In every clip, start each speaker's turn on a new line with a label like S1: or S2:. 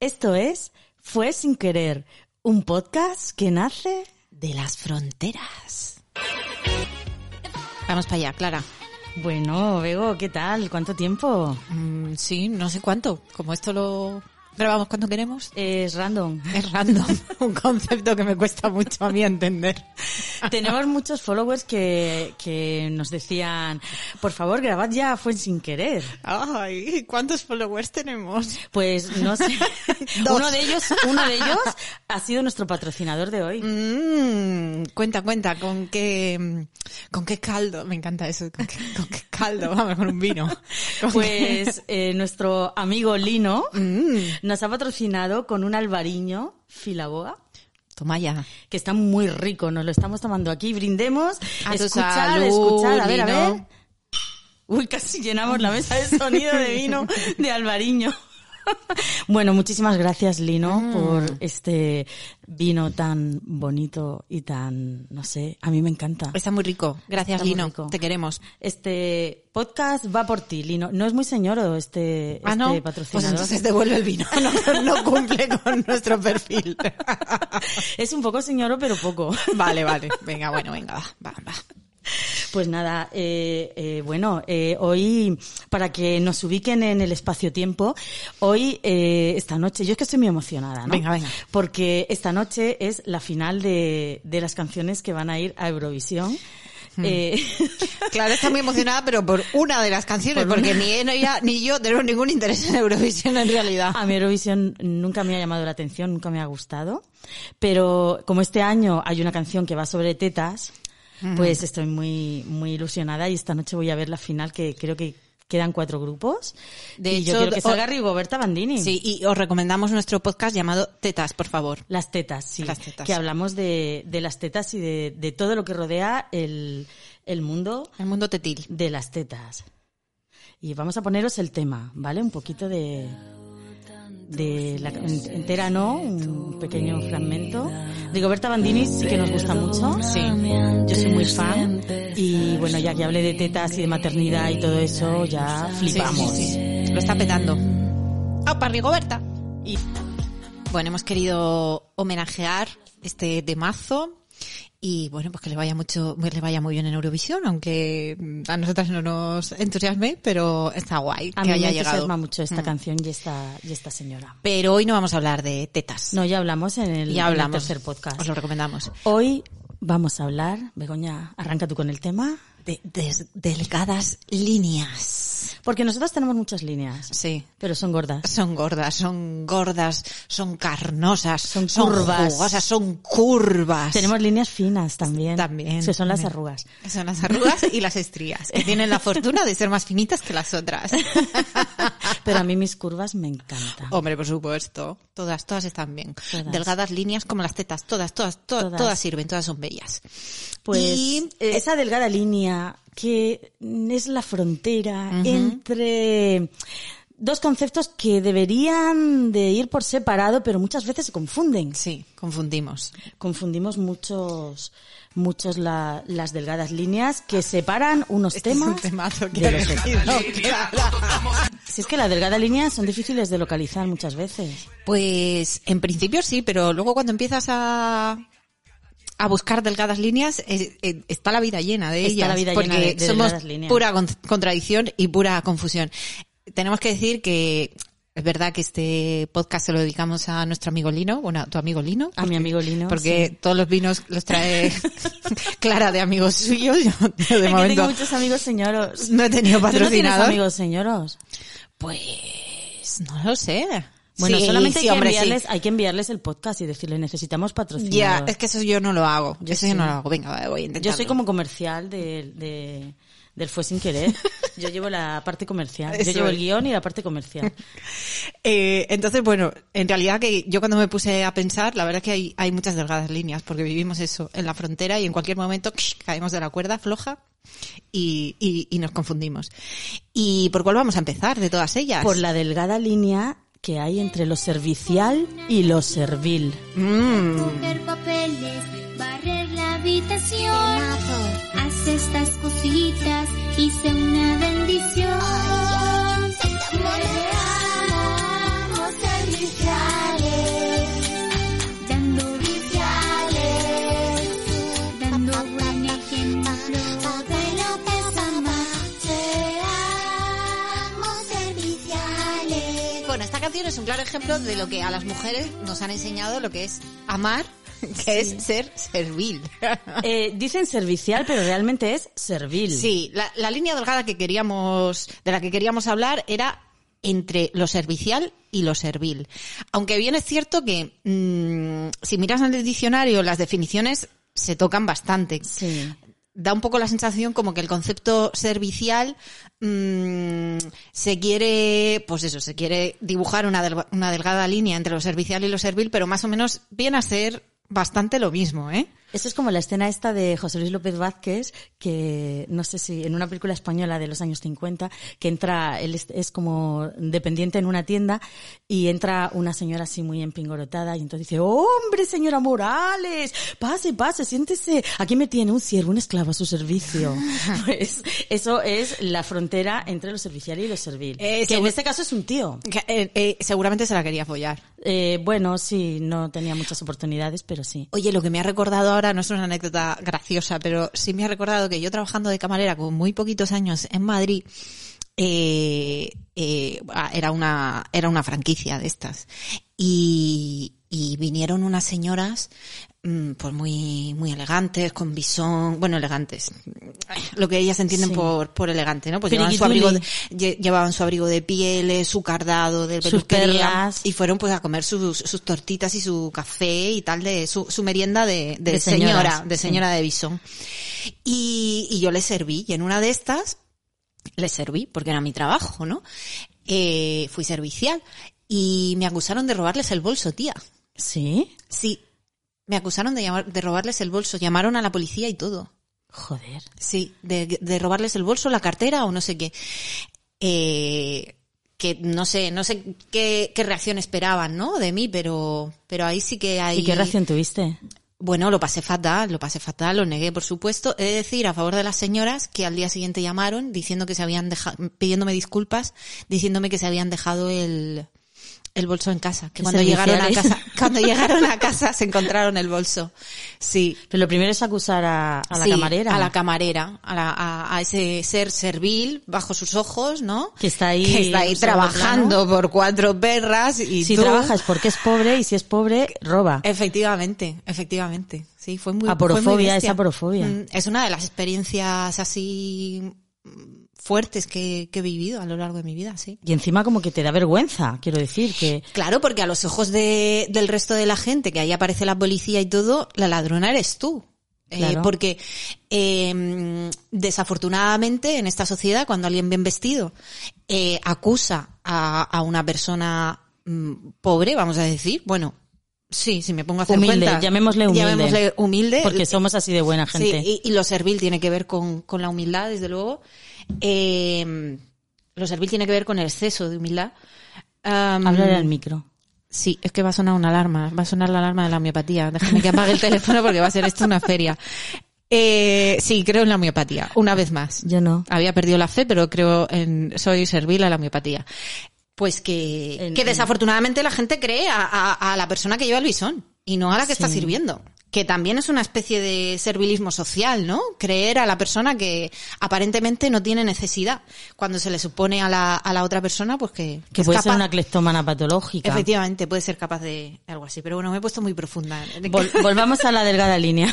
S1: Esto es Fue sin querer, un podcast que nace de las fronteras.
S2: Vamos para allá, Clara.
S1: Bueno, Bego, ¿qué tal? ¿Cuánto tiempo?
S2: Mm, sí, no sé cuánto. Como esto lo grabamos cuando queremos,
S1: Es random.
S2: es random. un concepto que me cuesta mucho a mí entender.
S1: Tenemos muchos followers que, que nos decían, por favor, grabad ya Fue sin querer.
S2: Ay, ¿cuántos followers tenemos?
S1: Pues no sé.
S2: Dos.
S1: uno de ellos, uno de ellos ha sido nuestro patrocinador de hoy.
S2: Mm, cuenta, cuenta, con qué, con qué caldo. Me encanta eso. Con qué, con qué caldo. Vamos, con un vino. Con qué-
S1: Pues eh, nuestro amigo Lino
S2: Mm,
S1: nos ha patrocinado con un albariño filaboa.
S2: toma ya.
S1: que está muy rico. Nos lo estamos tomando aquí. Brindemos.
S2: A tu
S1: escuchad,
S2: salud,
S1: escuchad. A ver, a
S2: Lino.
S1: ver. Uy, casi llenamos la mesa de sonido de vino de Alvariño. Bueno, muchísimas gracias, Lino,
S2: Mm.
S1: por este vino tan bonito y tan, no sé, a mí me encanta.
S2: Está muy rico. Gracias,
S1: Está muy
S2: Lino.
S1: rico.
S2: Te queremos.
S1: Este podcast va por ti, Lino. No es muy señoro este,
S2: Ah,
S1: este
S2: no. Pues
S1: patrocinador.
S2: entonces devuelve el vino. No, no cumple con nuestro perfil.
S1: Es un poco señoro, pero poco.
S2: Vale, vale. Venga, bueno, venga, va, va, va.
S1: Pues nada, eh, eh, bueno, eh, hoy, para que nos ubiquen en el espacio-tiempo, hoy, eh, esta noche, yo es que estoy muy emocionada, ¿no?
S2: Venga, venga.
S1: Porque esta noche es la final de, de las canciones que van a ir a Eurovisión. Eh,
S2: Claro, está muy emocionada, pero por una de las canciones,
S1: Por
S2: porque ni ella ni yo tenemos ningún interés en Eurovisión en realidad.
S1: a mí Eurovisión nunca me ha llamado la atención, nunca me ha gustado, pero como este año hay una canción que va sobre tetas, pues estoy muy, muy ilusionada y esta noche voy a ver la final que creo que quedan cuatro grupos.
S2: De
S1: y yo
S2: hecho,
S1: quiero que
S2: o-
S1: salga Rigoberta Bandini.
S2: Sí, y os recomendamos nuestro podcast llamado Tetas, por favor.
S1: Las tetas, sí.
S2: Las tetas.
S1: Que hablamos de, de las tetas y de, de todo lo que rodea el, el mundo
S2: El mundo tetil.
S1: de las tetas. Y vamos a poneros el tema, ¿vale? Un poquito de. de la en- entera, ¿no? Un pequeño fragmento. Rigoberta Bandini sí que nos gusta mucho.
S2: Sí.
S1: Yo soy muy fan. Y bueno, ya que hablé de tetas y de maternidad y todo eso, ya flipamos.
S2: Sí, sí, sí. Lo está petando. ¡Opa, Rigoberta! Y, bueno, hemos querido homenajear este temazo y bueno, pues que le vaya mucho, que le vaya muy bien en Eurovisión, aunque mm, a nosotras no nos entusiasme, pero está guay
S1: A
S2: que
S1: mí
S2: haya
S1: me
S2: llegado. Mm.
S1: entusiasma mucho esta canción y esta, y esta señora.
S2: Pero hoy no vamos a hablar de tetas.
S1: No, ya hablamos en el, en el
S2: ya hablamos.
S1: tercer podcast.
S2: Os lo recomendamos.
S1: Hoy vamos a hablar, Begoña, arranca tú con el tema,
S2: De, des- delgadas líneas.
S1: porque nosotros tenemos muchas líneas,
S2: Sí.
S1: pero son gordas.
S2: Son gordas, son gordas, son carnosas,
S1: Son
S2: son,
S1: curvas.
S2: jugosas, son curvas.
S1: Tenemos líneas finas también.
S2: También.
S1: Que son las
S2: También.
S1: arrugas.
S2: Son las arrugas y las estrías, que tienen la fortuna de ser más finitas que las otras.
S1: Pero a mí mis curvas me encantan.
S2: Hombre, por supuesto. Todas, todas están bien.
S1: Todas.
S2: Delgadas líneas como las tetas, todas, todas, to-
S1: Todas.
S2: todas, sirven, todas son bellas.
S1: Pues
S2: Y,
S1: eh, esa delgada línea que mm, es la frontera entre dos conceptos que deberían de ir por separado, pero muchas veces se confunden.
S2: Sí, confundimos.
S1: Confundimos muchos, muchos la- las delgadas líneas que separan unos
S2: Este es
S1: temas
S2: un temazo que
S1: de
S2: ha
S1: los otros.
S2: elegido, Clara.
S1: Si es que la delgada línea son difíciles de localizar muchas veces.
S2: Pues en principio sí, pero luego cuando empiezas a a buscar delgadas líneas eh, eh, está la vida llena de
S1: Está
S2: ellas
S1: la vida
S2: porque
S1: llena de- de delgadas
S2: somos
S1: líneas.
S2: pura con- contradicción y pura confusión. Tenemos que decir que es verdad que este podcast se lo dedicamos a nuestro amigo Lino, bueno, a tu amigo Lino,
S1: A mi amigo Lino.
S2: porque todos los vinos los trae Clara de amigos suyos. Yo, yo
S1: sí.
S2: de
S1: Es que tengo
S2: momento
S1: muchos amigos señoros.
S2: no he tenido
S1: ¿Tú no tienes
S2: patrocinador.
S1: amigos señoros?
S2: pues no lo sé.
S1: Bueno,
S2: Sí,
S1: solamente
S2: sí,
S1: hay, que
S2: hombre, sí.
S1: enviarles, hay que enviarles el podcast y decirle necesitamos
S2: Ya,
S1: patrocinador.
S2: es que eso yo no lo hago. Yo eso yo no lo hago. Venga, va, voy a intentar.
S1: Yo soy como comercial de- de- del Fue Sin Querer. Yo llevo la parte comercial. Yo
S2: Eso
S1: llevo el
S2: es.
S1: guión y la parte comercial.
S2: Eh, entonces, bueno, en realidad que yo cuando me puse a pensar, la verdad es que hay, hay muchas delgadas líneas, porque vivimos eso en la frontera y en cualquier momento caemos de la cuerda floja y, y- y nos confundimos. ¿Y por cuál vamos a empezar de todas ellas?
S1: Por la delgada línea que hay entre lo servicial y lo servil.
S2: Mm,
S3: Coger papeles, barrer la habitación. Haz estas cositas, hice una bendición. Vamos a iniciar.
S2: esta canción es un claro ejemplo de lo que a las mujeres nos han enseñado lo que es amar, que es ser servil.
S1: Eh, dicen servicial, pero realmente es servil.
S2: Sí, la, la línea delgada que queríamos, de la que queríamos hablar era entre lo servicial y lo servil. Aunque bien es cierto que mm, si miras en el diccionario las definiciones se tocan bastante.
S1: Sí.
S2: Da un poco la sensación como que el concepto servicial mm, se quiere, pues eso, se quiere dibujar una, delga- una delgada línea entre lo servicial y lo servil, pero más o menos viene a ser bastante lo mismo, ¿eh?
S1: Eso es como la escena esta de José Luis López Vázquez, que no sé si en una película española de los años 50, que entra, él es, es como dependiente en una tienda y entra una señora así muy empingorotada y entonces dice, hombre, señora Morales, pase, pase, siéntese, aquí me tiene un siervo, un esclavo a su servicio. Pues eso es la frontera entre lo servicial y lo servil.
S2: Eh,
S1: que en
S2: seguro-
S1: este caso es un tío.
S2: Que, eh, eh, seguramente se la quería follar.
S1: Eh, bueno, sí, no tenía muchas oportunidades, pero sí.
S2: Oye, lo que me ha recordado ahora no es una anécdota graciosa, pero sí me ha recordado que yo trabajando de camarera con muy poquitos años en Madrid, eh, eh, ah, era una era una franquicia de estas y, y vinieron unas señoras mm, pues muy muy elegantes con bisón bueno elegantes lo que ellas entienden
S1: Sí.
S2: por por elegante no pues llevaban su
S1: Firiquituli.
S2: abrigo de, lle- llevaban su abrigo de pieles su cardado del
S1: Sus
S2: peluquería,
S1: perlas.
S2: y fueron pues a comer sus, sus tortitas y su café y tal de su, su merienda de, de
S1: De señoras,
S2: señora, de
S1: sí.
S2: señora de bisón. Y, y yo le serví y en una de estas le serví porque era mi trabajo, ¿no? Eh, fui servicial y me acusaron de robarles el bolso, tía.
S1: ¿Sí?
S2: Sí, me acusaron de, llamar- de robarles el bolso. Llamaron a la policía y todo.
S1: Joder.
S2: Sí, de, de robarles el bolso, la cartera o no sé qué. Eh, que no sé, no sé qué, qué reacción esperaban, ¿no? De mí, pero, pero ahí sí que hay.
S1: ¿Y qué reacción tuviste?
S2: Bueno, lo pasé fatal, lo pasé fatal, lo negué, por supuesto. He de decir a favor de las señoras que al día siguiente llamaron diciendo que se habían dejado, pidiéndome disculpas, diciéndome que se habían dejado el, el bolso en casa. Que
S1: Qué
S2: cuando llegaron a
S1: serviciales.
S2: casa, cuando llegaron a casa se encontraron el bolso. Sí.
S1: Pero lo primero es acusar a, a la
S2: Sí,
S1: camarera.
S2: A la camarera, a, la- a- a ese ser servil bajo sus ojos, ¿no?
S1: Que está ahí
S2: Que está ahí
S1: observando,
S2: trabajando por cuatro perras y
S1: si
S2: tú- Eh.
S1: trabaja es porque es pobre y si es pobre, roba.
S2: Efectivamente, efectivamente. Sí, fue muy
S1: Aporofobia,
S2: fue muy bestia.
S1: es aporofobia.
S2: Mm, Es una de las experiencias así mm, fuertes que, que he vivido a lo largo de mi vida, sí.
S1: Y encima como que te da vergüenza, quiero decir, que
S2: Claro, porque a los ojos de- del resto de la gente, que ahí aparece la policía y todo, la ladrona eres tú. Eh,
S1: Claro.
S2: porque eh, desafortunadamente en esta sociedad, cuando alguien bien vestido eh, acusa a, a una persona mm, pobre, vamos a decir, bueno, sí, si me pongo a hacer
S1: Humilde,
S2: cuentas,
S1: llamémosle humilde.
S2: llamémosle humilde,
S1: porque somos así de buena gente.
S2: Eh, Sí, y, y lo servil tiene que ver con, con la humildad, desde luego. Eh, lo servil tiene que ver con el exceso de humildad. Am,
S1: Hablar al micro.
S2: Sí, es que va a sonar una alarma, va a sonar la alarma de la homeopatía. Déjame que apague el teléfono porque va a ser esto una feria. Eh, sí, creo en la homeopatía, una vez más.
S1: Yo no.
S2: Había perdido la fe, pero creo en, soy servil a la homeopatía. Pues que,
S1: En-
S2: que
S1: en-
S2: desafortunadamente la gente cree a, a- a la persona que lleva el bisón y no a la que está
S1: Sí.
S2: sirviendo. Que también es una especie de servilismo social, ¿no? Creer a la persona que aparentemente no tiene necesidad. Cuando se le supone a la, a la otra persona, pues que,
S1: Que
S2: es
S1: puede ser
S2: capaz-
S1: una cleptómana patológica.
S2: Efectivamente, puede ser capaz de algo así. Pero bueno, me he puesto muy profunda.
S1: Vol- volvamos a la delgada línea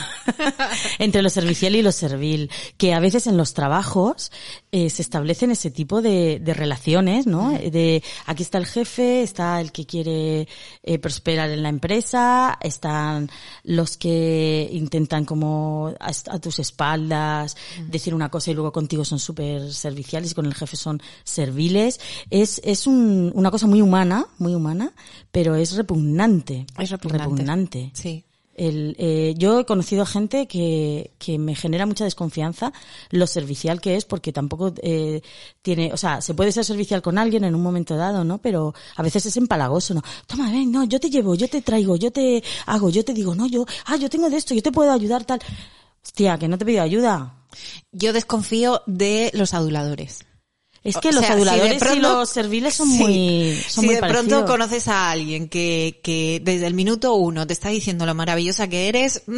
S1: entre lo servicial y lo servil, que a veces en los trabajos eh, se establecen ese tipo de, de relaciones, ¿no? De aquí está el jefe, está el que quiere eh, prosperar en la empresa, están los que intentan como a, est- a tus espaldas decir una cosa y luego contigo son súper serviciales y con el jefe son serviles. Es, es un- una cosa muy humana, muy humana, pero es repugnante.
S2: Es repugnante.
S1: Repugnante.
S2: Sí.
S1: El, eh, yo he conocido a gente que, que me genera mucha desconfianza lo servicial que es, porque tampoco eh, tiene, o sea, se puede ser servicial con alguien en un momento dado, ¿no? Pero a veces es empalagoso, ¿no? Toma, ven, no, yo te llevo, yo te traigo, yo te hago, yo te digo, no, yo, ah, yo tengo de esto, yo te puedo ayudar, tal. Hostia, que no te pido ayuda.
S2: Yo desconfío de los aduladores.
S1: Es
S2: O
S1: que los
S2: sea, si de
S1: aduladores y
S2: pronto-
S1: los serviles son
S2: Sí.
S1: muy, son
S2: si
S1: muy
S2: de
S1: parecidos.
S2: pronto conoces a alguien que, que desde el minuto uno te está diciendo lo maravillosa que eres, mm,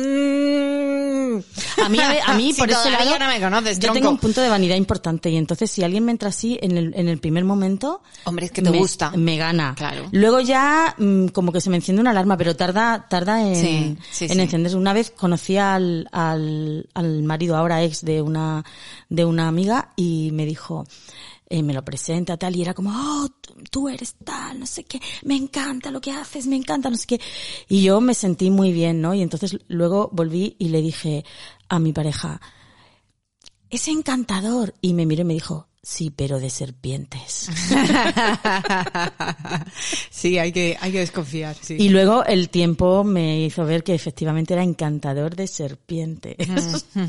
S1: A mí, a, ve- a mí
S2: Si
S1: por ese
S2: todavía
S1: lado,
S2: no me conoces,
S1: yo
S2: tronco.
S1: tengo un punto de vanidad importante y entonces si alguien me entra así en el, en el primer momento...
S2: Hombre, es que te
S1: me-
S2: gusta.
S1: Me gana.
S2: Claro.
S1: Luego ya mm, como que se me enciende una alarma, pero tarda, tarda en,
S2: Sí, sí,
S1: en
S2: sí.
S1: encenderse. Una vez conocí al, al, al marido, ahora ex de una, de una amiga y me dijo... eh, me lo presenta tal y era como oh tú- tú eres tal no sé qué me encanta lo que haces me encanta no sé qué y yo me sentí muy bien no y entonces luego volví y le dije a mi pareja es encantador. Y me miró y me dijo, sí, pero de serpientes.
S2: sí, hay que, hay que desconfiar. Sí.
S1: Y luego el tiempo me hizo ver que efectivamente era encantador de serpientes.
S2: Mm.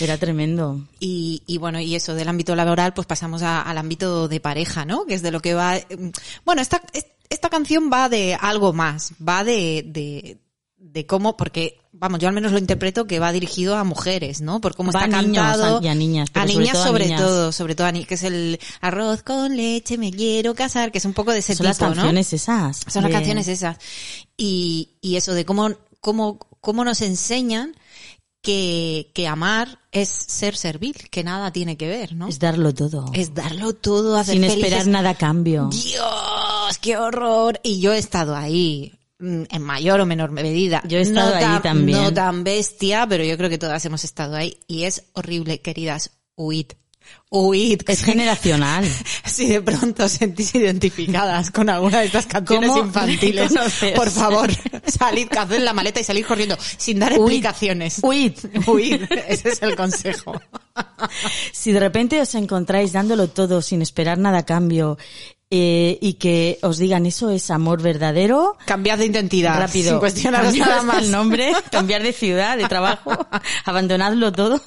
S1: era tremendo.
S2: Y, y bueno, y eso del ámbito laboral, pues pasamos a- al ámbito de pareja, ¿no? Que es de lo que va. mm, Bueno, esta, es- esta canción va de algo más, va de, de, de cómo, porque, vamos, yo al menos lo interpreto que va dirigido a mujeres, ¿no? Por cómo
S1: Va
S2: está
S1: a niños,
S2: cantado.
S1: a- y a niñas, pero
S2: A
S1: sobre
S2: niñas
S1: todo a
S2: sobre
S1: niñas.
S2: todo, sobre todo a ni- que es el arroz con leche, me quiero casar, que es un poco de ese
S1: Son las
S2: tipo, ¿no?
S1: canciones esas.
S2: Son las
S1: de-
S2: canciones ¿eh? esas. Y, y eso de cómo, cómo, cómo nos enseñan que, que amar es ser servil, que nada tiene que ver, ¿no?
S1: Es
S2: Es,
S1: darlo todo.
S2: darlo todo, hacer
S1: sin esperar
S2: felices.
S1: nada a cambio.
S2: Dios, qué horror. Y yo he estado ahí, mm, en mayor o menor medida.
S1: Yo he estado
S2: no tan-
S1: allí también.
S2: No tan bestia, pero yo creo que todas hemos estado ahí. Y es horrible, queridas, huid. Huid.
S1: Es generacional.
S2: Si de pronto os sentís identificadas con alguna de estas canciones
S1: ¿Cómo
S2: infantiles,
S1: reconoces?
S2: por favor, salid, que haced la maleta y salid corriendo, sin dar
S1: Huid.
S2: explicaciones.
S1: Huid.
S2: Huid. Ese es el consejo.
S1: Si de repente os encontráis dándolo todo sin esperar nada a cambio eh, y que os digan eso es amor verdadero,
S2: Cambiad de identidad.
S1: rápido.
S2: Sin cuestionaros
S1: Cambiaros
S2: nada más.
S1: el nombre, cambiar de ciudad, de trabajo, abandonadlo todo.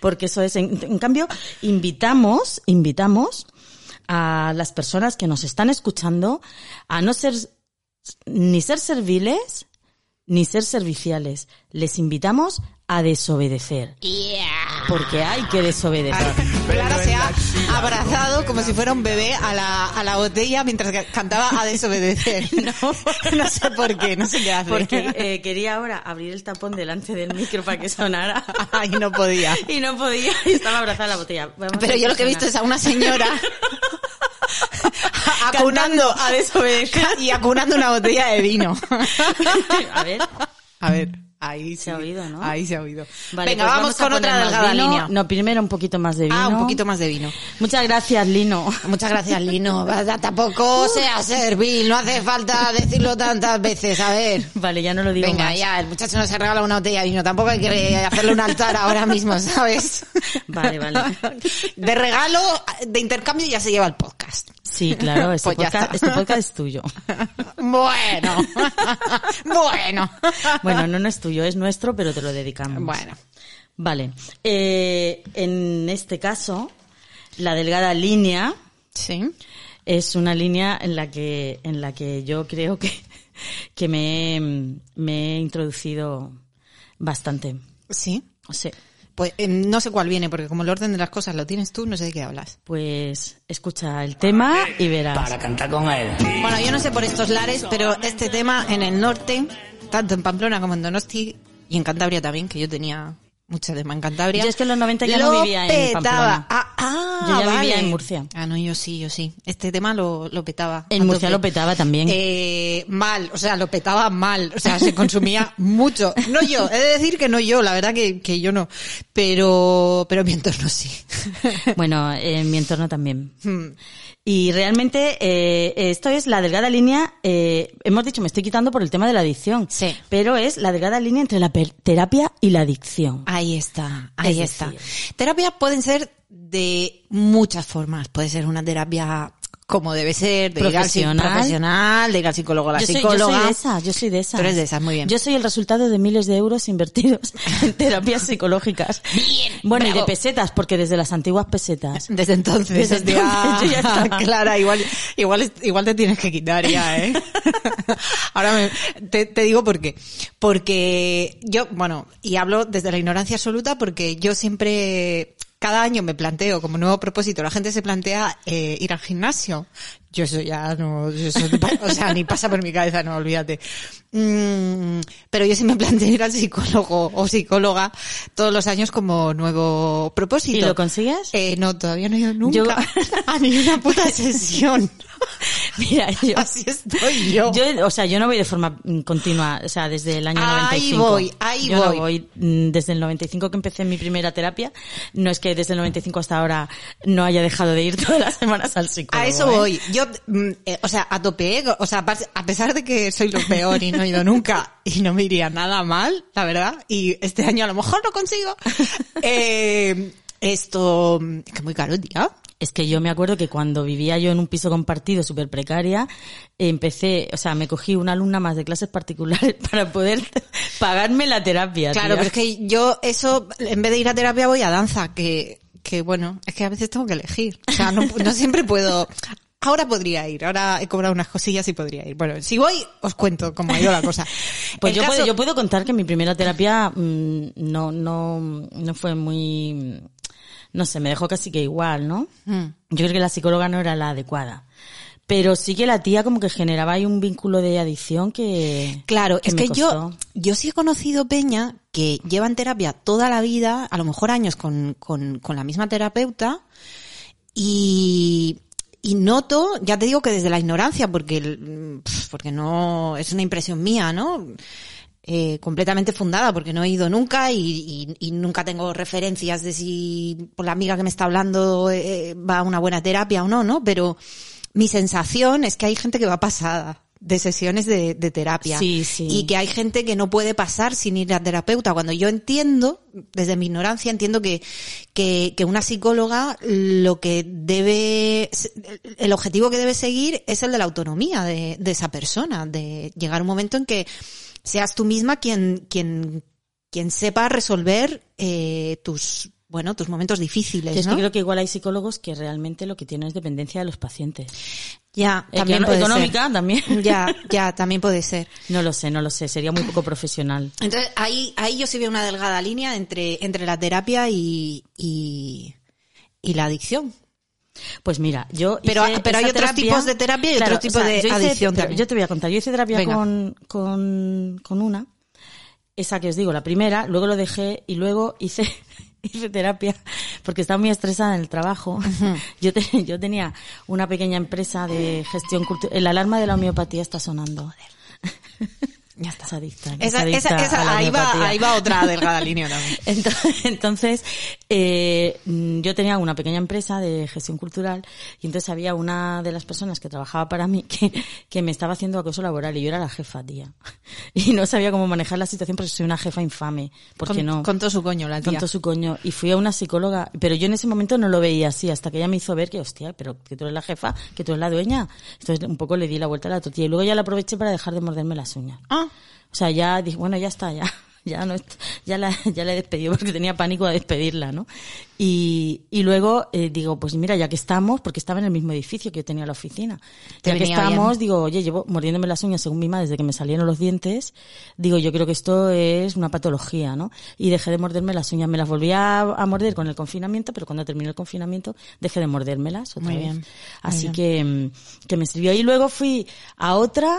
S1: Porque eso es, en, en cambio, invitamos, invitamos a las personas que nos están escuchando a no ser, ni ser serviles, ni ser serviciales. Les invitamos a desobedecer. Porque hay que desobedecer.
S2: Clara se ha abrazado como si fuera un bebé a la, a la botella mientras que cantaba a desobedecer. No. sé por qué, no sé qué hace.
S1: Porque eh, quería ahora abrir el tapón delante del micro para que sonara.
S2: Ay, no podía.
S1: Y no podía, y estaba abrazada a la botella. Vamos
S2: Pero
S1: a
S2: yo lo que he visto es a una señora
S1: Cantando
S2: acunando
S1: a desobedecer.
S2: y acunando una botella de vino.
S1: A ver.
S2: A ver, ahí
S1: Se ha oído, ¿no?
S2: Ahí se ha oído.
S1: Vale,
S2: Venga,
S1: pues
S2: vamos,
S1: a
S2: con otra
S1: poner más
S2: delgada
S1: vino.
S2: línea.
S1: No, primero un poquito más de vino.
S2: Ah, un poquito más de vino.
S1: Muchas gracias, Lino.
S2: Muchas gracias, Lino.
S1: Uh.
S2: Tampoco sea servil, no hace falta decirlo tantas veces, a ver.
S1: Vale, ya no lo digo
S2: Venga,
S1: más.
S2: ya, el muchacho no se regala una botella de vino, tampoco hay que hacerle un altar ahora mismo, ¿sabes?
S1: Vale, vale.
S2: De regalo, de intercambio ya se lleva el podcast.
S1: Sí, claro, este,
S2: Pues ya
S1: podcast,
S2: está.
S1: este podcast es tuyo.
S2: Bueno, bueno.
S1: Bueno, no, no es tuyo, es nuestro, pero te lo dedicamos.
S2: Bueno,
S1: Vale. Eh, en este caso, la delgada línea
S2: sí.
S1: es una línea en la que, en la que yo creo que, que me, he- me he introducido bastante.
S2: Sí.
S1: Sí.
S2: Pues eh, no sé cuál viene, porque como el orden de las cosas lo tienes tú, no sé de qué hablas.
S1: Pues escucha el tema y verás.
S4: para cantar con él.
S2: Bueno, yo no sé por estos lares, pero este tema en el norte, tanto en Pamplona como en Donosti y en Cantabria también, que yo tenía mucha tema en Cantabria.
S1: Yo es que en los 90 ya no
S2: lo
S1: vivía en
S2: petaba.
S1: Pamplona.
S2: Ah, ah,
S1: Yo ya
S2: vale.
S1: vivía en Murcia.
S2: Ah, no, yo sí, yo sí. Este tema lo, lo petaba.
S1: En
S2: a
S1: Murcia
S2: tope.
S1: lo petaba también.
S2: Eh, mal, o sea, lo petaba mal, o sea, se consumía mucho. No yo, he de decir que no yo, la verdad que, que yo no. Pero, pero en mi entorno sí.
S1: Bueno, en mi entorno también. Y realmente eh, esto es la delgada línea, eh, hemos dicho, me estoy quitando por el tema de la adicción,
S2: Sí.
S1: pero es la delgada línea entre la per- terapia y la adicción.
S2: Ahí está,
S1: Es
S2: ahí
S1: decir-
S2: está. Terapias pueden ser de muchas formas. Puede ser una terapia como debe ser, de ir al psi-
S1: Profesional.
S2: profesional, de ir al psicólogo, a la
S1: Yo soy, yo
S2: psicóloga.
S1: soy de esas, yo soy de esas.
S2: Tú eres de esas, muy bien.
S1: Yo soy el resultado de miles de euros invertidos en terapias psicológicas. Bueno, y de
S2: bravo.
S1: pesetas, porque desde las antiguas pesetas.
S2: Desde entonces,
S1: Desde
S2: hostia,
S1: entonces, yo ya estaba.
S2: Clara, igual, igual, igual te tienes que quitar ya, ¿eh? Ahora me- te, te digo por qué. Porque yo, bueno, y hablo desde la ignorancia absoluta porque yo siempre cada año me planteo como nuevo propósito, la gente se plantea eh, ir al gimnasio. Yo eso ya no, yo eso- o sea, ni pasa por mi cabeza, no, olvídate. Mm, pero yo sí me planteo ir al psicólogo o psicóloga todos los años como nuevo propósito.
S1: ¿Y lo consigues?
S2: Eh, no, todavía no he ido nunca
S1: Yo-
S2: a ni una puta sesión.
S1: Mira, yo,
S2: Así estoy yo.
S1: Yo, o sea, yo no voy de forma mm, continua, o sea, desde el año
S2: Ahí
S1: 95.
S2: voy, ahí
S1: Yo
S2: voy.
S1: No voy mm, desde el 95 que empecé mi primera terapia. No es que desde el 95 hasta ahora no haya dejado de ir todas las semanas al psicólogo.
S2: A eso
S1: ¿eh?
S2: voy. Yo, mm, eh, o sea, a tope, eh, o sea, a par- a pesar de que soy lo peor y no he ido nunca y no me iría nada mal, la verdad, y este año a lo mejor lo consigo. eh, esto, mm, que muy caro, tía.
S1: Es que yo me acuerdo que cuando vivía yo en un piso compartido súper precaria, empecé, o sea, me cogí una alumna más de clases particulares para poder pagarme la terapia.
S2: Claro,
S1: tía.
S2: pero es que yo eso, en vez de ir a terapia voy a danza, que, que bueno, es que a veces tengo que elegir. O sea, no, no siempre puedo. Ahora podría ir, ahora he cobrado unas cosillas y podría ir. Bueno, si voy, os cuento cómo ha ido la cosa.
S1: Pues
S2: El
S1: yo,
S2: caso-
S1: puedo, yo puedo contar que mi primera terapia mm, no, no, no fue muy... No sé, me dejó casi que igual, ¿no?
S2: Mm.
S1: Yo creo que la psicóloga no era la adecuada. Pero sí que la tía como que generaba ahí un vínculo de adicción que...
S2: Claro, es
S1: me
S2: que yo,
S1: costó.
S2: yo sí he conocido Peña que llevan terapia toda la vida, a lo mejor años con, con, con la misma terapeuta, y, y noto, ya te digo que desde la ignorancia, porque, el- pf, porque no, es una impresión mía, ¿no? Eh, completamente fundada porque no he ido nunca y, y- y nunca tengo referencias de si por la amiga que me está hablando eh, va a una buena terapia o no, ¿no? Pero mi sensación es que hay gente que va pasada de sesiones de, de terapia
S1: Sí, sí.
S2: y que hay gente que no puede pasar sin ir a terapeuta. Cuando yo entiendo, desde mi ignorancia, entiendo que, que, que una psicóloga lo que debe, el objetivo que debe seguir es el de la autonomía de, de esa persona, de llegar a un momento en que seas tú misma quien, quien, quien sepa resolver eh, tus, bueno, tus momentos
S1: Yo
S2: difíciles,
S1: es
S2: ¿no?
S1: que creo que igual hay psicólogos que realmente lo que tienen es dependencia de los pacientes.
S2: Ya, también
S1: Econo-
S2: puede
S1: económica también.
S2: ser. Ya, ya, también puede ser.
S1: No lo sé, no lo sé. Sería muy poco profesional.
S2: Entonces, ahí, ahí yo sí veo una delgada línea entre, entre la terapia y, y, y la adicción.
S1: Pues mira, yo.
S2: Pero-
S1: hice
S2: pero hay
S1: esa
S2: otros tipos de terapia y otro tipo de
S1: yo hice-
S2: adicción
S1: pero
S2: también.
S1: Yo te voy a contar. Yo hice terapia
S2: Venga.
S1: con, con, con una. Esa que os digo, la primera, luego lo dejé y luego hice, hice terapia porque estaba muy estresada en el trabajo. yo, te- yo tenía una pequeña empresa de gestión cultural. El alarma de la homeopatía está sonando.
S2: Ya
S1: Estás adicta. estás
S2: Esa,
S1: adicta
S2: esa,
S1: a la
S2: esa, ahí, va,
S1: homeopatía.
S2: ahí va otra delgada línea también.
S1: Entonces, entonces, eh, mm, yo tenía una pequeña empresa de gestión cultural y entonces había una de las personas que trabajaba para mí que, que me estaba haciendo acoso laboral y yo era la jefa, tía. Y no sabía cómo manejar la situación porque soy una jefa infame. Porque
S2: Con-
S1: no.
S2: Con todo su coño, la tía.
S1: Con todo su coño. Y fui a una psicóloga, pero yo en ese momento no lo veía así, hasta que ella me hizo ver que, hostia, pero que tú eres la jefa, que tú eres la dueña. Entonces un poco le di la vuelta a la tortilla y luego ya la aproveché para dejar de morderme las uñas.
S2: Ah,
S1: O sea, ya dije, bueno, ya está, ya. Ya, no, est- ya, la, ya la he despedido porque tenía pánico a despedirla, ¿no? Y, y luego eh, digo, pues mira, ya que estamos, porque estaba en el mismo edificio que yo tenía la oficina,
S2: Te
S1: ya que
S2: venía bien.
S1: estamos, digo, oye, llevo mordiéndome las uñas según mi madre desde que me salieron los dientes, digo, yo creo que esto es una patología, ¿no? Y dejé de morderme las uñas, me las volví a, a morder con el confinamiento, pero cuando terminó el confinamiento dejé de mordérmelas otra
S2: Muy
S1: vez.
S2: bien, muy
S1: Así
S2: bien.
S1: que, mm, que me sirvió. Y luego fui a otra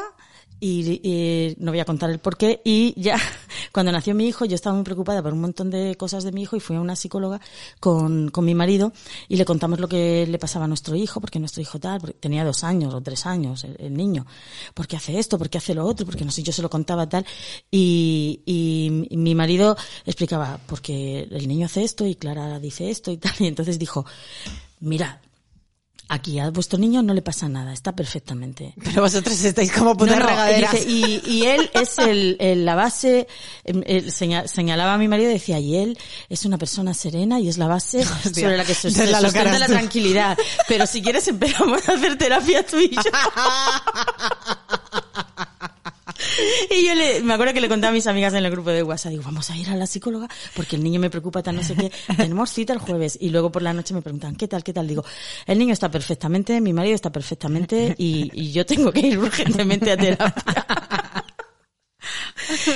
S1: y, eh, no voy a contar el porqué. Y ya cuando nació mi hijo, yo estaba muy preocupada por un montón de cosas de mi hijo y fui a una psicóloga con, con mi marido y le contamos lo que le pasaba a nuestro hijo, porque nuestro hijo tal, porque tenía dos años o tres años el, el niño, porque hace esto, porque hace lo otro, porque no sé, yo se lo contaba tal. Y, y mi- mi marido explicaba, porque el niño hace esto y Clara dice esto y tal. Y entonces dijo, mirad, Aquí a vuestro niño no le pasa nada, está perfectamente.
S2: pero vosotros estáis como putas
S1: No, no,
S2: regaderas.
S1: dice, y, y él es el, el- la base, em, el seña- señalaba a mi marido y decía, y él es una persona serena y es la base sobre la que se, se
S2: entonces la lo que
S1: sustenta
S2: harás
S1: la
S2: tú.
S1: tranquilidad. Pero si quieres empezamos a hacer terapia tú y yo. Y yo le, me acuerdo que le conté a mis amigas en el grupo de WhatsApp, digo, vamos a ir a la psicóloga porque el niño me preocupa tan no sé qué. Tenemos cita el jueves y luego por la noche me preguntan, ¿qué tal, qué tal? Digo, el niño está perfectamente, mi marido está perfectamente y, y yo tengo que ir urgentemente a terapia.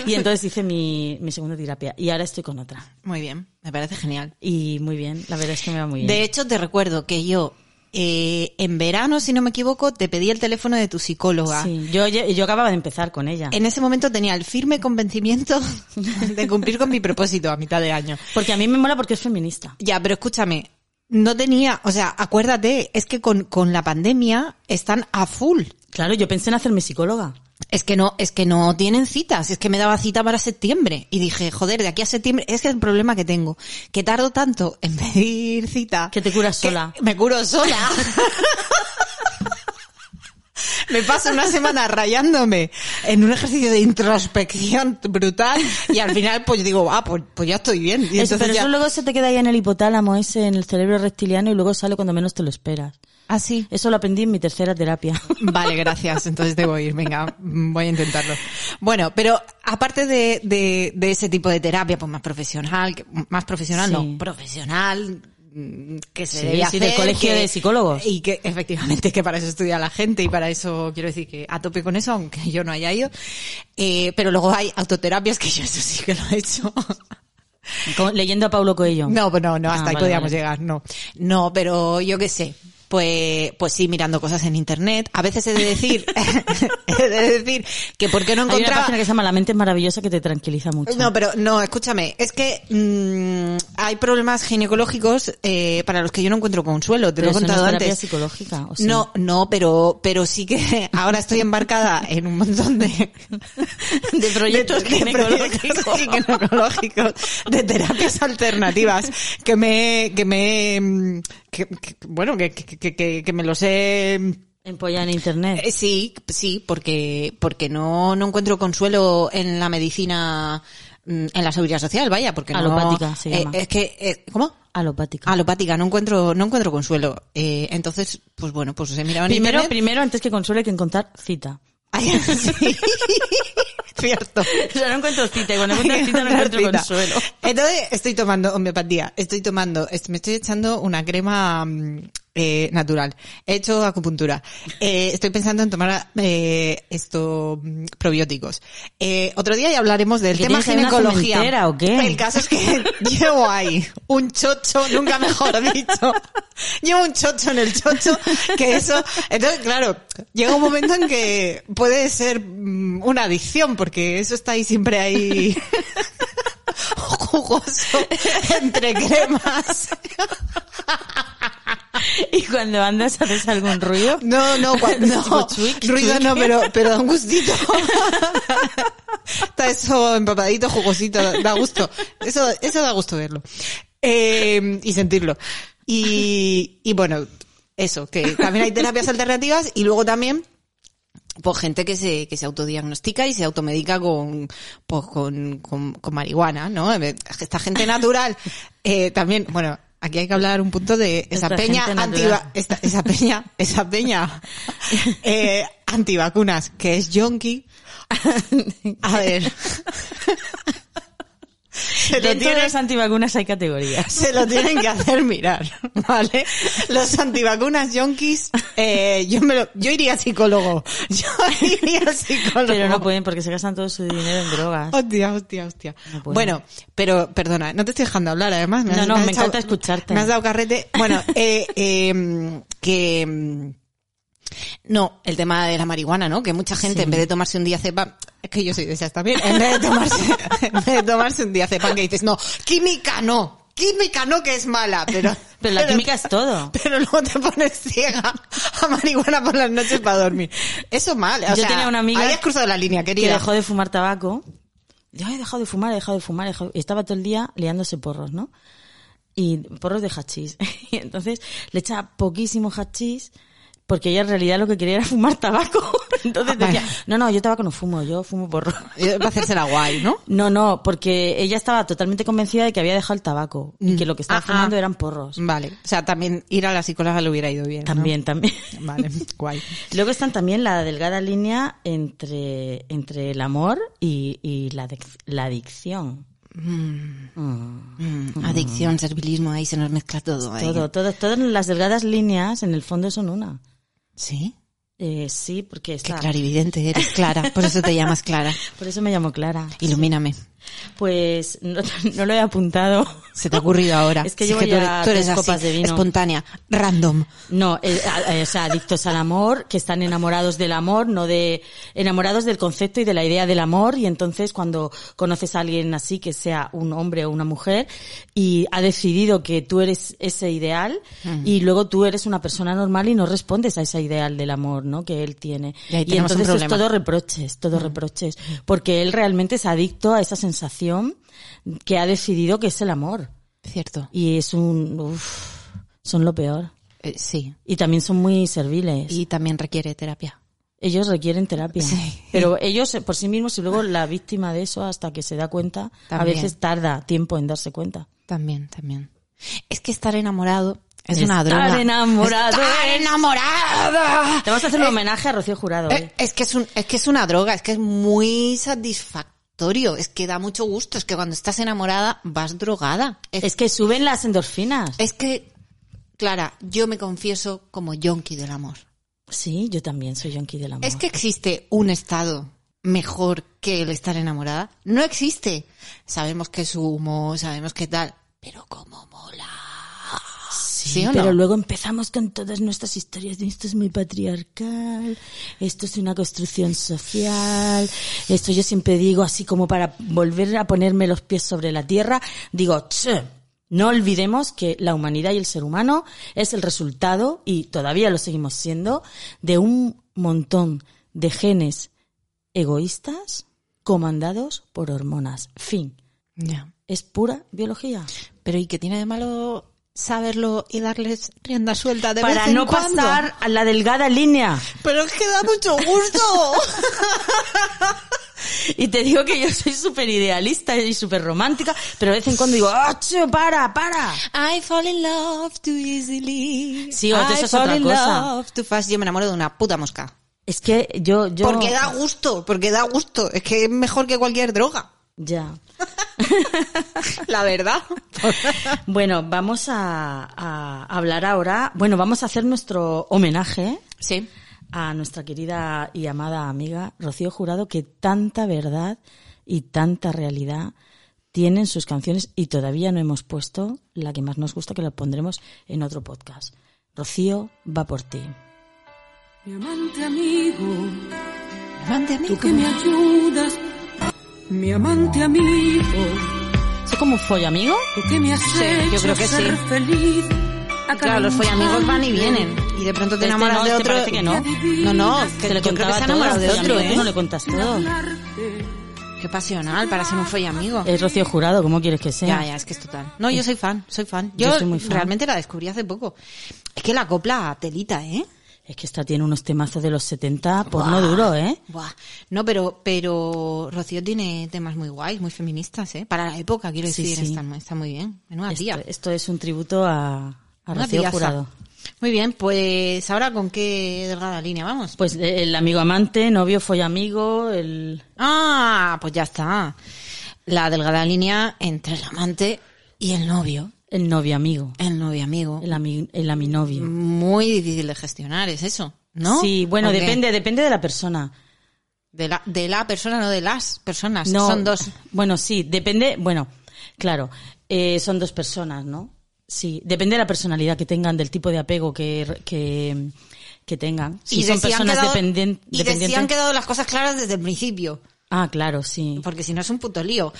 S1: Y entonces hice mi, mi segunda terapia y ahora estoy con otra.
S2: Muy bien, me parece genial.
S1: Y muy bien, la verdad es que me va muy bien.
S2: De hecho, te recuerdo que yo eh, en verano, si no me equivoco, te pedí el teléfono de tu psicóloga.
S1: Sí, yo, yo yo acababa de empezar con ella.
S2: En ese momento tenía el firme convencimiento de cumplir con mi propósito a mitad de año.
S1: Porque a mí me mola porque es feminista.
S2: Ya, pero escúchame, no tenía, o sea, acuérdate, es que con, con la pandemia están a full.
S1: Claro, yo pensé en hacerme psicóloga.
S2: Es que no, es que no tienen citas, es que me daba cita para septiembre. Y dije, joder, de aquí a septiembre, es que es el problema que tengo, que tardo tanto en pedir cita.
S1: Que te curas
S2: que
S1: sola.
S2: Me curo sola. Me paso una semana rayándome en un ejercicio de introspección brutal y al final pues digo, ah, pues, pues ya estoy bien. Y
S1: Es-
S2: entonces
S1: pero
S2: ya...
S1: eso luego se te queda ahí en el hipotálamo ese, en el cerebro reptiliano y luego sale cuando menos te lo esperas.
S2: Ah, sí.
S1: Eso lo aprendí en mi tercera terapia.
S2: Vale, gracias. Entonces debo ir, venga, mm, voy a intentarlo. Bueno, pero aparte de, de, de ese tipo de terapia, pues más profesional, que- más profesional,
S1: Sí.
S2: no, profesional mm, que se
S1: Sí,
S2: debe
S1: sí,
S2: hacer
S1: del colegio
S2: que-
S1: de psicólogos.
S2: y que efectivamente que para eso estudia la gente y para eso quiero decir que a tope con eso aunque yo no haya ido Eh, pero luego hay autoterapias que yo eso sí que lo he hecho
S1: Como- leyendo a Paulo Coelho.
S2: no, pues no, no, hasta
S1: Ah,
S2: ahí
S1: vale,
S2: podíamos
S1: vale.
S2: llegar, no. No, pero yo qué sé. Pues, pues sí, mirando cosas en internet. A veces he de decir, he de decir que por qué no
S1: Hay una
S2: encontraba.
S1: página que se llama La mente es maravillosa que te tranquiliza mucho.
S2: No, pero no, escúchame. Es que mm, hay problemas ginecológicos eh, para los que yo no encuentro consuelo. Te
S1: Pero
S2: lo
S1: eso
S2: he
S1: no es
S2: contado
S1: terapia
S2: antes.
S1: psicológica. ¿o sí?
S2: No, no, pero, pero sí que ahora estoy embarcada en un montón de,
S1: De proyectos
S2: de- de
S1: ginecológicos.
S2: proyectos ginecológicos, de terapias alternativas, que me, que me, mm, que- que- bueno, que, que- que- que- que me los he,
S1: Empolla en internet.
S2: eh, sí, sí, porque, porque no, no encuentro consuelo en la medicina, mm, en la seguridad social, vaya, porque no-
S1: Alopática se
S2: eh,
S1: llama.
S2: es que, eh, ¿cómo?
S1: Alopática.
S2: Alopática, no encuentro, no encuentro consuelo. Eh, entonces, pues bueno, pues he mirado en
S1: primero,
S2: internet.
S1: primero, antes que consuelo, hay que encontrar cita.
S2: Ay, sí. Cierto.
S1: O sea, no encuentro cita y cuando
S2: Hay
S1: encuentro
S2: que
S1: cita no
S2: encontrar
S1: encuentro
S2: cita.
S1: consuelo.
S2: Entonces estoy tomando homeopatía, estoy tomando, est- me estoy echando una crema mm, eh, natural, he hecho acupuntura, Eh, estoy pensando en tomar eh, esto mm, probióticos. Eh, otro día ya hablaremos del
S1: ¿Qué
S2: tema
S1: tienes ahí, una
S2: ginecología.
S1: cementera o qué?
S2: El caso es que llevo ahí un chocho, nunca mejor dicho. Llevo un chocho en el chocho, que eso. Entonces, claro, llega un momento en que puede ser mm, una adicción, porque eso está ahí siempre ahí jugoso entre cremas.
S1: Y cuando andas, haces algún ruido.
S2: No, no, cua- no.
S1: Tipo chuic,
S2: ruido
S1: chuic.
S2: no, pero, pero da un gustito. Está eso empapadito, jugosito, da gusto. Eso, eso da gusto verlo. Eh, y sentirlo. Y, y bueno, eso, que también hay terapias alternativas y luego también pues gente que se, que se autodiagnostica y se automedica con, pues, con, con, con marihuana, ¿no? Esta gente natural, eh, también, bueno, aquí hay que hablar un punto de esa
S1: Esta
S2: peña
S1: gente
S2: anti
S1: natural.
S2: esta- esa peña, esa peña, eh, antivacunas, que es yonki. A ver. Se lo
S1: Dentro de
S2: tienen-
S1: las antivacunas hay categorías.
S2: se lo tienen que hacer mirar, ¿vale? Los antivacunas yonkis, eh, yo me lo, yo iría a psicólogo. Yo iría a psicólogo.
S1: Pero no pueden porque se gastan todo su dinero en drogas.
S2: Hostia, hostia, hostia.
S1: No puedo.
S2: bueno, pero perdona, no te estoy dejando hablar además.
S1: No, no, me
S2: has echado-
S1: encanta escucharte.
S2: Me has dado carrete. Bueno, eh, eh, que... mm, No, el tema de la marihuana, ¿no? Que mucha gente en vez de tomarse un día cepa... Es que yo soy de esas también. En vez de tomarse, en vez de tomarse un día cepa que dices, no, química no. Química no que es mala, pero...
S1: Pero la química es todo.
S2: Pero luego te pones ciega a marihuana por las noches para dormir. Eso mal. O
S1: Yo
S2: sea,
S1: tenía una amiga
S2: Ahí has cruzado la línea,
S1: que
S2: querida.
S1: dejó de fumar tabaco. Yo he dejado de fumar, he dejado de fumar, he dejado- y estaba todo el día liándose porros, ¿no? Y porros de hachís. Y entonces le echaba poquísimo hachís porque ella en realidad lo que quería era fumar tabaco. Entonces
S2: Ah,
S1: decía,
S2: vale.
S1: no, no, yo tabaco no fumo, yo fumo porros.
S2: Para Eh, hacerse la guay, ¿no?
S1: No, no, porque ella estaba totalmente convencida de que había dejado el tabaco y
S2: Mm.
S1: que lo que estaba
S2: Ajá.
S1: fumando eran porros.
S2: Vale. O sea, también ir a la psicóloga le hubiera ido bien. Mm, ¿no?
S1: También, también.
S2: Vale, guay.
S1: Luego están también la delgada línea entre, entre el amor y, y la, adic- la adicción. Mm.
S2: Adicción, servilismo, ahí se nos mezcla todo. ahí.
S1: Todo, todo, todas las delgadas líneas en el fondo son una.
S2: Sí.
S1: Eh, sí, porque
S2: Qué
S1: está.
S2: clarividente eres, Clara. Por eso te llamas Clara.
S1: Por eso me llamo Clara.
S2: Ilumíname.
S1: Pues no, no lo he apuntado.
S2: Se te ha ocurrido ahora.
S1: Es que
S2: Si
S1: llevo
S2: tú
S1: ya
S2: eres, tú eres
S1: tres
S2: así,
S1: copas de vino.
S2: espontánea, random.
S1: No, eh, a- eh, o sea, adictos al amor, que están enamorados del amor, no de enamorados del concepto y de la idea del amor. Y entonces cuando conoces a alguien así, que sea un hombre o una mujer, y ha decidido que tú eres ese ideal, y luego tú eres una persona normal y no respondes a ese ideal del amor, ¿no? Que él tiene.
S2: Y ahí tenemos un
S1: entonces es
S2: problema.
S1: todo reproches, todo reproches, porque él realmente es adicto a esa sensación que ha decidido que es el amor.
S2: Cierto.
S1: Y es un, uf, son lo peor.
S2: Eh, sí.
S1: Y también son muy serviles.
S2: Y también requiere terapia.
S1: ellos requieren terapia.
S2: Sí.
S1: Pero ellos eh, por sí mismos y luego la víctima de eso hasta que se da cuenta,
S2: También.
S1: a veces tarda tiempo en darse cuenta.
S2: También, también. Es que estar enamorado es una
S1: Estar
S2: droga.
S1: enamorado
S2: Estar
S1: es-
S2: enamorada.
S1: Te vamos a hacer un homenaje a Rocío Jurado.
S2: Eh,
S1: hoy.
S2: es que es un, es que es una droga, es que es muy satisfactorio, es que da mucho gusto, es que cuando estás enamorada vas drogada. Es,
S1: Es que suben las endorfinas.
S2: es que, Clara, yo me confieso como yonki del amor.
S1: Sí, yo también soy yonki del amor.
S2: ¿Es que existe un estado mejor que el estar enamorada? No existe. Sabemos que es humo, sabemos que tal, pero como mola.
S1: sí,
S2: ¿sí o no?
S1: pero luego empezamos con todas nuestras historias de esto es muy patriarcal, esto es una construcción social, esto yo siempre digo así como para volver a ponerme los pies sobre la tierra, digo, "Che, no olvidemos que la humanidad y el ser humano es el resultado, y todavía lo seguimos siendo, de un montón de genes egoístas comandados por hormonas. Fin. Es pura biología.
S2: Pero ¿y qué tiene de malo saberlo y darles rienda suelta de
S1: para
S2: vez en
S1: no
S2: cuando?
S1: pasar a la delgada línea.
S2: Pero es que da mucho gusto.
S1: Y te digo que yo soy súper idealista y súper romántica, pero de vez en cuando digo, ¡ah, che, para, para!
S2: I fall in love too easily.
S1: Sí, o eso
S2: I
S1: es
S2: fall
S1: otra
S2: in
S1: cosa.
S2: love too fast. Yo me enamoro de una puta mosca.
S1: Es que yo, yo...
S2: Porque da gusto, porque da gusto. Es que es mejor que cualquier droga.
S1: Ya.
S2: La verdad.
S1: Bueno, vamos a, a hablar ahora, bueno, vamos a hacer nuestro homenaje
S2: Sí.
S1: a nuestra querida y amada amiga Rocío Jurado, que tanta verdad y tanta realidad tienen sus canciones y todavía no hemos puesto la que más nos gusta, que la pondremos en otro podcast. Rocío va por ti.
S4: Mi amante amigo,
S2: Mande a mí.
S4: tú que me ayudas. Mi amante amigo,
S1: ¿Soy como un follamigo?
S4: tú que me has
S2: Sí,
S4: hecho
S2: yo creo que sí.
S4: ser feliz. A cada
S2: Claro, los follamigos van y
S4: instante.
S2: vienen. Y de pronto te
S1: Este
S2: enamoras
S1: no,
S2: de
S1: este
S2: otro.
S1: parece que no.
S2: No, no, que
S1: Te lo
S2: yo creo que
S1: contaba
S2: se ha
S1: todo,
S2: enamorado de
S1: follamigo,
S2: otro,
S1: Tú no
S2: ¿eh?
S1: le contas todo.
S4: Hablarte.
S2: Qué pasional para ser un follamigo.
S1: Es Rocío Jurado, ¿cómo quieres que sea?
S2: Ya, ya, es que es total. No, yo soy fan, soy fan.
S1: este-
S2: Yo,
S1: Yo soy muy fan.
S2: realmente la descubrí hace poco. Es que la copla telita, ¿eh?
S1: Es que esta tiene unos temazos de los 70 porno duro, ¿eh?
S2: Buah. No, pero, pero Rocío tiene temas muy guays, muy feministas, ¿eh? Para la época, quiero
S1: Sí,
S2: decir,
S1: sí.
S2: Está, está muy bien. Menuda tía.
S1: Esto, esto es un tributo a, a
S2: Una
S1: Rocío
S2: tiaza.
S1: Jurado.
S2: Muy bien, pues ahora con qué delgada línea vamos.
S1: Pues eh, el amigo amante, novio, follamigo, el...
S2: Ah, pues ya está. La delgada línea entre el amante y el novio.
S1: El novio amigo.
S2: El novio amigo.
S1: El, ami, el aminovio.
S2: Muy difícil de gestionar, ¿es eso? ¿No?
S1: Sí, bueno,
S2: ¿O qué?
S1: depende, depende de la persona.
S2: De la, de la persona, no de las personas.
S1: No,
S2: Son dos.
S1: Bueno, sí, depende, bueno, claro, eh, son dos personas, ¿no? Sí, depende de la personalidad que tengan, del tipo de apego que, que, que tengan. Si
S2: de
S1: son
S2: si han
S1: personas
S2: quedado-
S1: dependen-
S2: y de si
S1: dependientes.
S2: han quedado las cosas claras desde el principio.
S1: Ah, claro, sí.
S2: Porque si no es un puto lío.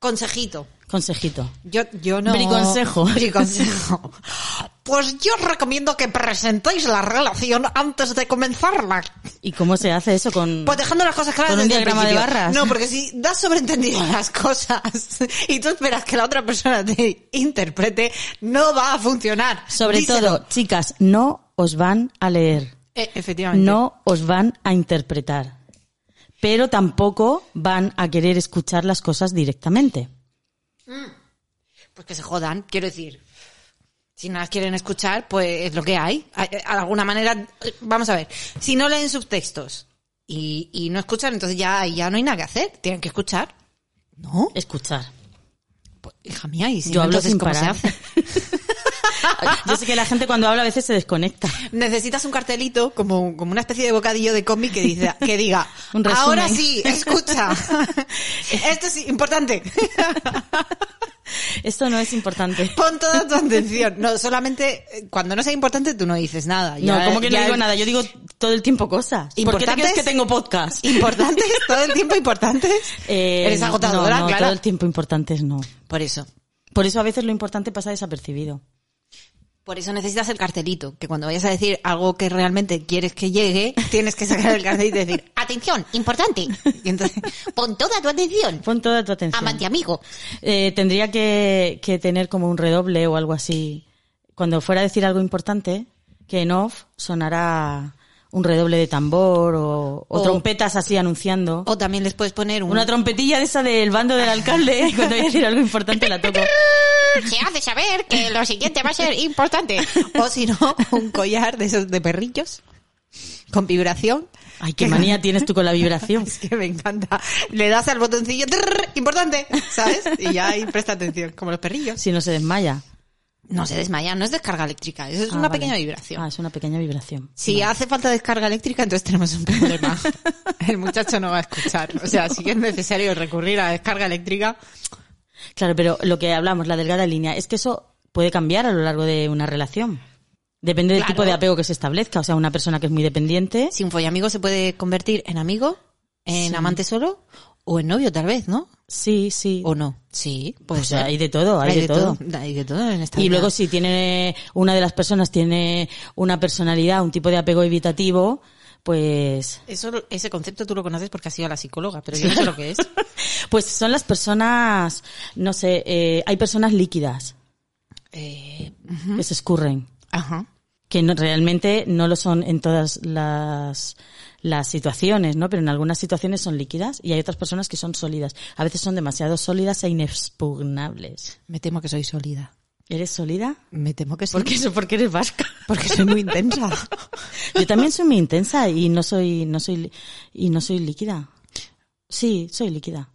S2: Consejito.
S1: Consejito.
S2: Yo, yo no.
S1: Briconsejo.
S2: Briconsejo. Pues yo os recomiendo que presentéis la relación antes de comenzarla.
S1: ¿Y cómo se hace eso con...?
S2: Pues dejando las cosas claras
S1: Con un
S2: desde el
S1: diagrama de
S2: principio.
S1: barras.
S2: No, porque si das sobreentendido las cosas y tú esperas que la otra persona te interprete, no va a funcionar.
S1: Sobre
S2: Díselo.
S1: todo, chicas, no os van a leer,
S2: Eh, efectivamente.
S1: no os van a interpretar, pero tampoco van a querer escuchar las cosas directamente.
S2: Pues que se jodan, quiero decir. Si no las quieren escuchar, pues es lo que hay. A- De alguna manera, eh, vamos a ver. Si no leen subtextos y, y no escuchan, entonces ya, ya no hay nada que hacer. Tienen que escuchar. No,
S1: Escuchar.
S2: pues, hija mía, y si
S1: Yo
S2: no,
S1: hablo
S2: entonces,
S1: sin
S2: ¿cómo
S1: parar.
S2: se hace?
S1: Yo sé que la gente cuando habla a veces se desconecta.
S2: Necesitas un cartelito, como, como una especie de bocadillo de cómic que, dice, que diga,
S1: Un resumen.
S2: ahora sí, escucha. Esto es importante.
S1: Esto no es importante.
S2: Pon toda tu atención. No, solamente eh, cuando no sea importante tú no dices nada.
S1: No,
S2: Ya-
S1: como que no
S2: ya-
S1: digo nada, yo digo todo el tiempo cosas. ¿Por qué te crees
S2: ¿Importantes?
S1: que tengo podcast?
S2: ¿Importantes? ¿Todo el tiempo importantes?
S1: Eh,
S2: Eres agotadora,
S1: no, no,
S2: Clara.
S1: todo el tiempo importantes no.
S2: Por eso.
S1: Por eso a veces lo importante pasa desapercibido.
S2: Por eso necesitas el cartelito, que cuando vayas a decir algo que realmente quieres que llegue, tienes que sacar el cartelito y decir, atención, importante. Y entonces, pon toda tu atención,
S1: Pon toda tu atención.
S2: amante amigo.
S1: Eh, tendría que, que tener como un redoble o algo así. Cuando fuera a decir algo importante, que en off sonará un redoble de tambor o, o
S2: O-
S1: trompetas así anunciando.
S2: O también les puedes poner un...
S1: Una trompetilla de esa del bando del alcalde. ¿eh? Cuando voy a decir algo importante la toco.
S2: Se hace saber que lo siguiente va a ser importante. O si no, un collar de esos de perrillos, con vibración.
S1: Ay, qué manía tienes tú con la vibración.
S2: Es que me encanta. Le das al botoncillo, "Trrr, importante, ¿sabes? Y ya ahí presta atención, como los perrillos.
S1: Si no se desmaya.
S2: No se desmaya, no es descarga eléctrica, eso es
S1: Ah,
S2: una
S1: vale.
S2: pequeña vibración.
S1: Ah, es una pequeña vibración.
S2: Si hace falta descarga eléctrica, entonces tenemos un problema. El muchacho no va a escuchar. O sea, sí que es necesario recurrir a descarga eléctrica.
S1: Claro, pero lo que hablamos, la delgada línea, es que eso puede cambiar a lo largo de una relación. Depende del
S2: Claro.
S1: tipo de apego que se establezca. O sea, una persona que es muy dependiente.
S2: Si un follamigo se puede convertir en amigo, en
S1: Sí.
S2: amante solo o en novio, tal vez, ¿no?
S1: Sí, sí.
S2: ¿O no? Sí,
S1: O
S2: puede
S1: sea,
S2: ser.
S1: hay de todo, hay, de, todo.
S2: Hay de todo en esta
S1: Y
S2: vida.
S1: luego si tiene una de las personas tiene una personalidad, un tipo de apego evitativo, pues
S2: Eso, ese concepto tú lo conoces porque has sido la psicóloga, pero yo no sé lo que es.
S1: pues son las personas, no sé, eh, hay personas líquidas
S2: Eh,
S1: que se escurren,
S2: ajá.
S1: que no- realmente no lo son en todas las las situaciones, ¿no? Pero en algunas situaciones son líquidas y hay otras personas que son sólidas. A veces son demasiado sólidas e inexpugnables.
S2: Me temo que soy sólida.
S1: ¿Eres sólida?
S2: Me temo que sí.
S1: ¿Por qué eso? Porque eres vasca.
S2: Porque soy muy intensa.
S1: Yo también soy muy intensa y no soy, no soy, li- y no soy líquida. Sí, soy líquida.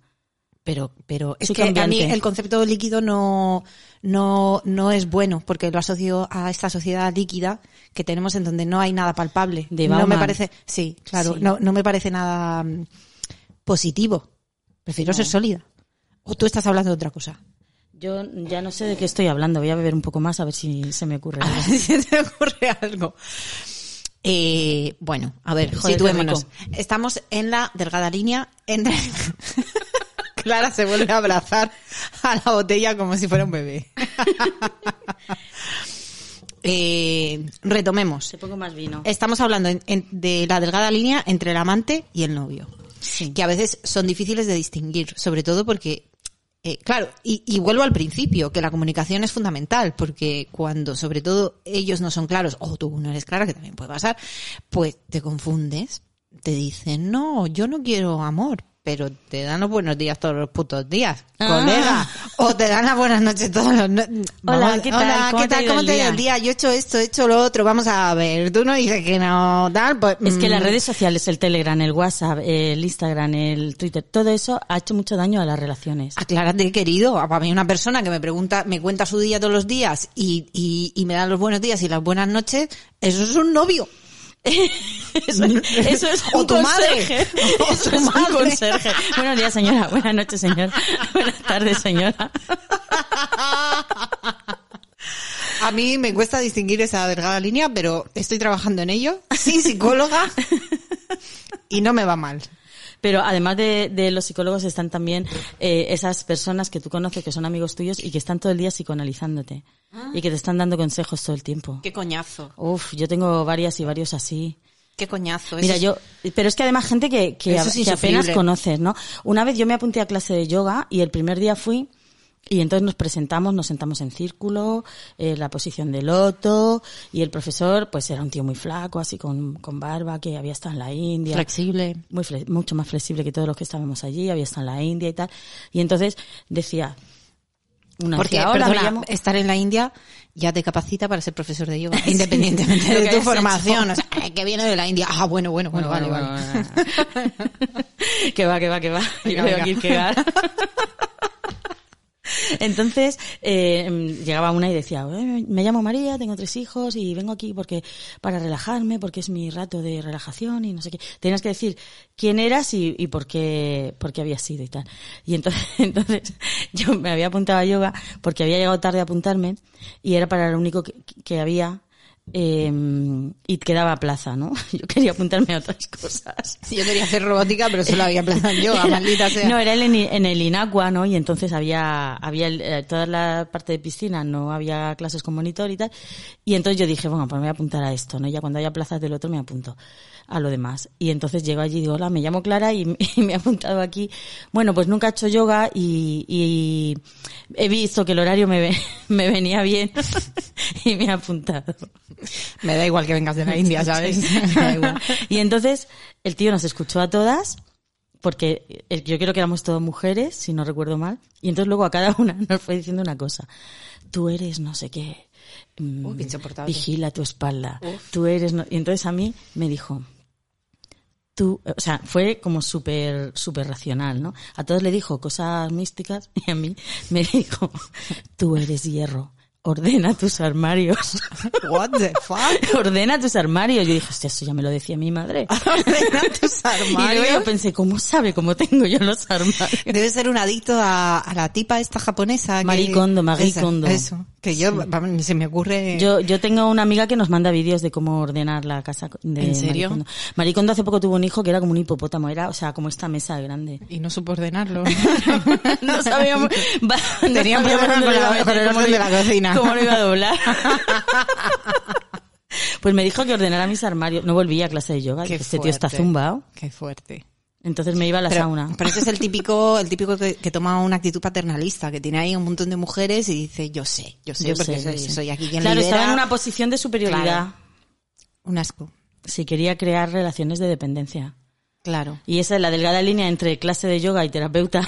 S2: Pero, pero es
S1: Soy
S2: que a mí
S1: cambiante.
S2: el concepto líquido no, no, no es bueno porque lo asocio a esta sociedad líquida que tenemos en donde no hay nada palpable.
S1: De
S2: no me
S1: Bauman.
S2: parece, sí, claro,
S1: Sí.
S2: No, no me parece nada mm, positivo. Prefiero ser sólida. O tú estás hablando de otra cosa.
S1: Yo ya no sé de qué estoy hablando. Voy a beber un poco más a ver si se me ocurre. algo.
S2: se te ocurre algo. Eh, bueno, a ver,
S1: Joder,
S2: situémonos.
S1: qué
S2: Estamos en la delgada línea entre... Clara se vuelve a abrazar a la botella como si fuera un bebé. Eh, retomemos.
S1: Te pongo más vino.
S2: Estamos hablando en- en- de la delgada línea entre el amante y el novio,
S1: Sí.
S2: que a veces son difíciles de distinguir, sobre todo porque, eh, claro, y, y vuelvo al principio, que la comunicación es fundamental, porque cuando sobre todo ellos no son claros, o tú no eres clara, que también puede pasar, pues te confundes, te dicen, no, yo no quiero amor. Pero te dan los buenos días todos los putos días,
S1: Ah.
S2: colega. O te dan las buenas noches todos los... no-
S1: Hola, ¿qué tal?
S2: Hola,
S1: ¿Cómo
S2: ¿qué
S1: te ha
S2: tal?
S1: ido
S2: ¿Cómo
S1: el
S2: te ha ido el
S1: día?
S2: día? ya, yo he hecho esto, he hecho lo otro, vamos a ver, tú no dices que no, tal, pues...
S1: Es que
S2: mm,
S1: las redes sociales, el Telegram, el WhatsApp, el Instagram, el Twitter, todo eso ha hecho mucho daño a las relaciones.
S2: Ah. Aclárate, querido, para mí una persona que me pregunta, me cuenta su día todos los días y, y, y me da los buenos días y las buenas noches, eso es un novio.
S1: Eso, eso es
S2: O
S1: un
S2: tu madre.
S1: conserje.
S2: O
S1: Eso
S2: tu
S1: es
S2: madre.
S1: un conserje. Buenos días, señora. Buenas noches, señor. Buenas tardes, señora.
S2: A mí me cuesta distinguir esa delgada línea, pero estoy trabajando en ello, sí, psicóloga, y no me va mal.
S1: Pero además de, de los psicólogos están también eh, esas personas que tú conoces, que son amigos tuyos y que están todo el día psicoanalizándote y que te están dando consejos todo el tiempo.
S2: Ah. Qué coñazo,
S1: Uf, yo tengo varias y varios así.
S2: qué coñazo.
S1: Mira, yo, pero es que además gente que, que,
S2: Eso es
S1: que apenas
S2: insufrible.
S1: conoces, ¿no? Una vez yo me apunté a clase de yoga y el primer día fui y entonces nos presentamos, nos sentamos en círculo, eh, la posición del loto y el profesor pues era un tío muy flaco, así con, con barba, que había estado en la India
S2: Flexible.
S1: muy fle- mucho más flexible que todos los que estábamos allí, había estado en la India y tal. Y entonces decía, una
S2: Porque
S1: decía, "Hola, me
S2: perdona,
S1: llamo-".
S2: estar en la India ya te capacita para ser profesor de yoga, independientemente
S1: Lo que
S2: de tu
S1: hayas
S2: formación. O sea, "Ay, que viene de la India. Ah, bueno, bueno, bueno, vale, vale.
S1: que va, que va, que va. Yo creo
S2: Venga, venga.
S1: que ir que va. Entonces, eh, llegaba una y decía, "Eh, me llamo María, tengo tres hijos y vengo aquí porque, para relajarme, porque es mi rato de relajación y no sé qué. Tenías que decir quién eras y, y por qué, por qué habías sido y tal. Y entonces, entonces, yo me había apuntado a yoga porque había llegado tarde a apuntarme y era para lo único que, que había eh, y quedaba plaza, ¿no? Yo quería apuntarme a otras cosas.
S2: Sí, yo quería hacer robótica, pero solo había plazas en yoga, ah, maldita sea.
S1: No, era el en, en el Inacua, ¿no? Y entonces había, había el- eh, toda la parte de piscina, no había clases con monitor y tal. Y entonces yo dije, bueno, pues me voy a apuntar a esto, ¿no? Y Ya cuando haya plazas del otro me apunto a lo demás. Y entonces llego allí y digo, hola, me llamo Clara y, y me he apuntado aquí. Bueno, pues nunca he hecho yoga y, y he visto que el horario me, ve- me venía bien y me he apuntado.
S2: Me da igual que vengas de la India, ¿sabes?
S1: Da igual. Y entonces el tío nos escuchó a todas, porque eh, yo creo que éramos todas mujeres, si no recuerdo mal, y entonces luego a cada una nos fue diciendo una cosa. Tú eres no sé qué. mm,
S2: Uy, qué insoportable.
S1: vigila tu espalda. Tú eres... no- Y entonces a mí me dijo... Tú, o sea, fue como súper súper racional, ¿no? A todos le dijo cosas místicas y a mí me dijo, tú eres hierro, ordena tus armarios.
S2: What the fuck?
S1: Ordena tus armarios. Yo dije, hostia, eso ya me lo decía mi madre.
S2: Ordena tus
S1: Y luego yo
S2: armarios.
S1: pensé, ¿cómo sabe cómo tengo yo los armarios?
S2: Debe ser un adicto a, a la tipa esta japonesa. que-
S1: Marie Kondo, Marie
S2: Esa,
S1: Kondo.
S2: Eso, que yo, vamos, ni se me ocurre...
S1: Yo, yo tengo una amiga que nos manda vídeos de cómo ordenar la casa de
S2: ¿En serio?
S1: Maricondo. Maricondo hace poco tuvo un hijo que era como un hipopótamo, era, o sea, como esta mesa grande.
S2: Y no supo ordenarlo.
S1: No sabíamos, va- no
S2: Tenía
S1: sabíamos
S2: problemas
S1: dónde
S2: con
S1: lo iba a
S2: la- con el
S1: meter, cómo lo
S2: orden de
S1: iba-
S2: la cocina.
S1: Cómo lo iba a doblar. Pues me dijo que ordenara mis armarios. No volví a clase de yoga.
S2: Qué
S1: Dije, este tío está
S2: fuerte.
S1: zumbao.
S2: Qué fuerte.
S1: Entonces me iba a la
S2: pero,
S1: sauna.
S2: pero ese es el típico, el típico que, que toma una actitud paternalista, que tiene ahí un montón de mujeres y dice, yo sé, yo sé,
S1: Yo
S2: porque
S1: sé,
S2: soy,
S1: yo sé.
S2: soy aquí quien
S1: Claro,
S2: lidera".
S1: estaba en una posición de superioridad.
S2: Claro. Un asco.
S1: Si quería crear relaciones de dependencia.
S2: Claro.
S1: Y esa es la delgada línea entre clase de yoga y terapeuta.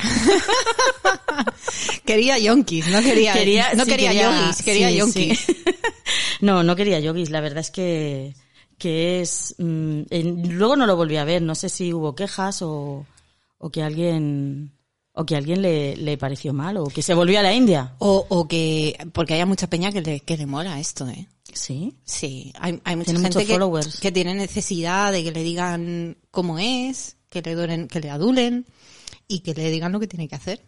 S2: Quería yonkis, no quería, no
S1: sí,
S2: quería, yonkis, quería
S1: sí,
S2: yonkis.
S1: sí. no, no quería yoguis. La verdad es que, que es... mm, en- luego no lo volví a ver. No sé si hubo quejas o, o que alguien... O que alguien le, le pareció mal, o que se volvió a la India.
S2: O, o que, porque haya mucha peña que le, que le mola esto, eh.
S1: Sí.
S2: Sí, hay, hay mucha
S1: Tiene
S2: gente
S1: muchos followers.
S2: que, que tiene necesidad de que le digan cómo es, que le adulen, que le adulen y que le digan lo que tiene que hacer.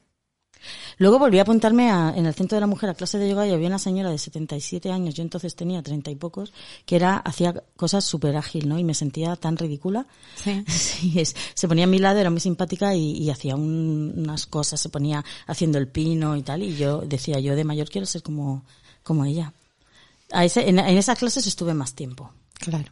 S1: Luego volví a apuntarme a- en el centro de la mujer a clase de yoga y había una señora de 77 años, yo entonces tenía 30 y pocos, que era hacía cosas súper ágil, ¿no? Y me sentía tan ridícula.
S2: Sí.
S1: Sí, es- se ponía a mi lado, era muy simpática y, y hacía un- unas cosas, se ponía haciendo el pino y tal, y yo decía, yo de mayor quiero ser como, como ella. A ese, en, en esas clases estuve más tiempo.
S2: Claro.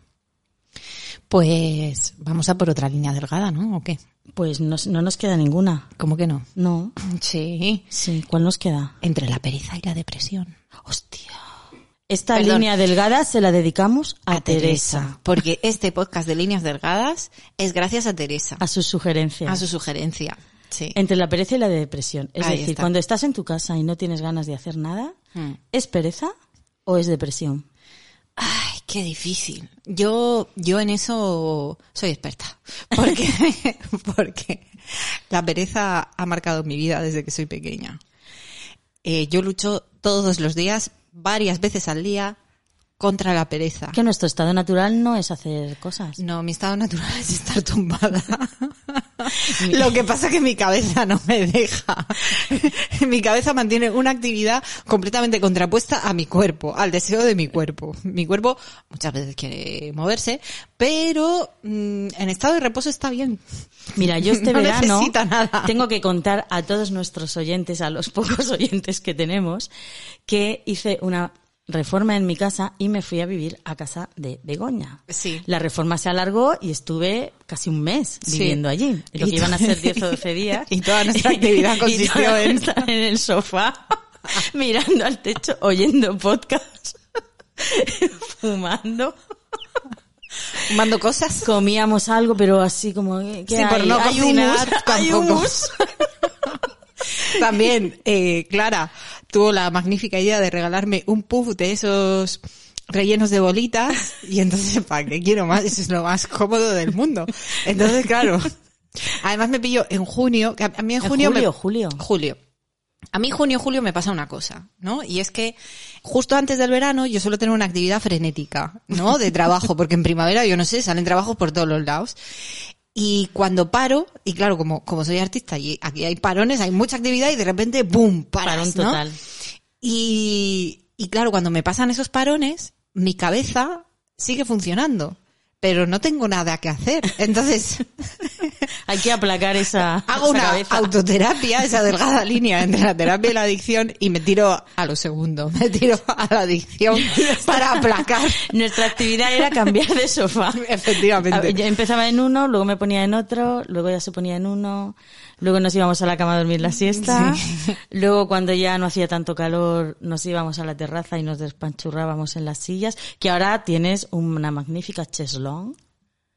S2: Pues vamos a por otra línea delgada, ¿no? ¿O qué?
S1: Pues no, no nos queda ninguna,
S2: ¿Cómo que no?
S1: ¿no?
S2: Sí.
S1: Sí, ¿cuál nos queda?
S2: Entre la pereza y la depresión.
S1: Hostia. Esta
S2: Perdón.
S1: línea delgada se la dedicamos a, Teresa.
S2: Porque este podcast de líneas delgadas es gracias a Teresa.
S1: A sus sugerencias.
S2: A su sugerencia. Sí.
S1: Entre la pereza y la depresión. Es
S2: Ahí
S1: decir,
S2: está.
S1: cuando estás en tu casa y no tienes ganas de hacer nada,
S2: Mm.
S1: ¿es pereza o es depresión?
S2: Ay, qué difícil. Yo, yo en eso soy experta. Porque, porque la pereza ha marcado mi vida desde que soy pequeña. Eh, yo lucho todos los días, varias veces al día, contra la pereza.
S1: Que nuestro estado natural no es hacer cosas.
S2: No, mi estado natural es estar tumbada. Lo que pasa que mi cabeza no me deja. Mi cabeza mantiene una actividad completamente contrapuesta a mi cuerpo, al deseo de mi cuerpo. Mi cuerpo muchas veces quiere moverse, pero mm, en estado de reposo está bien.
S1: Mira, yo este
S2: No
S1: verano
S2: necesita nada.
S1: tengo que contar a todos nuestros oyentes, a los pocos oyentes que tenemos, que hice una reforma en mi casa y me fui a vivir a casa de Begoña.
S2: Sí.
S1: La reforma se alargó y estuve casi un mes
S2: Sí.
S1: viviendo allí. Lo
S2: Y
S1: que iban a
S2: to-
S1: ser 10 o 12 días.
S2: Y toda nuestra actividad
S1: Y
S2: consistió
S1: toda
S2: en-
S1: nuestra- en el sofá, mirando al techo, oyendo podcast, fumando
S2: Mando cosas.
S1: comíamos algo, pero así como que
S2: Sí, por no cocinar tampoco. También, eh, Clara tuvo la magnífica idea de regalarme un puff de esos rellenos de bolitas y entonces, ¿para qué quiero más? Eso es lo más cómodo del mundo. Entonces, claro. Además me pilló en junio, que a a mí en
S1: En
S2: junio... me-
S1: julio, julio.
S2: Julio. A mí junio julio me pasa una cosa, ¿no? Y es que justo antes del verano yo suelo tener una actividad frenética, ¿no? De trabajo, porque en primavera yo no sé, salen trabajos por todos los lados. Y cuando paro, y claro, como, como soy artista y aquí hay parones, hay mucha actividad y de repente, ¡boom! Paras,
S1: Parón
S2: ¿no?
S1: total.
S2: Y, y claro, cuando me pasan esos parones, mi cabeza sigue funcionando, pero no tengo nada que hacer. Entonces,
S1: Hay que aplacar esa,
S2: hago
S1: esa
S2: una
S1: cabeza.
S2: autoterapia, esa delgada línea entre la terapia y la adicción, y me tiro a lo segundo, me tiro a la adicción para aplacar.
S1: Nuestra actividad era cambiar de sofá.
S2: Efectivamente.
S1: Yo empezaba en uno, luego me ponía en otro, luego ya se ponía en uno, luego nos íbamos a la cama a dormir la siesta, luego cuando ya no hacía tanto calor nos íbamos a la terraza y nos despanchurrábamos en las sillas, que ahora tienes una magnífica cheslón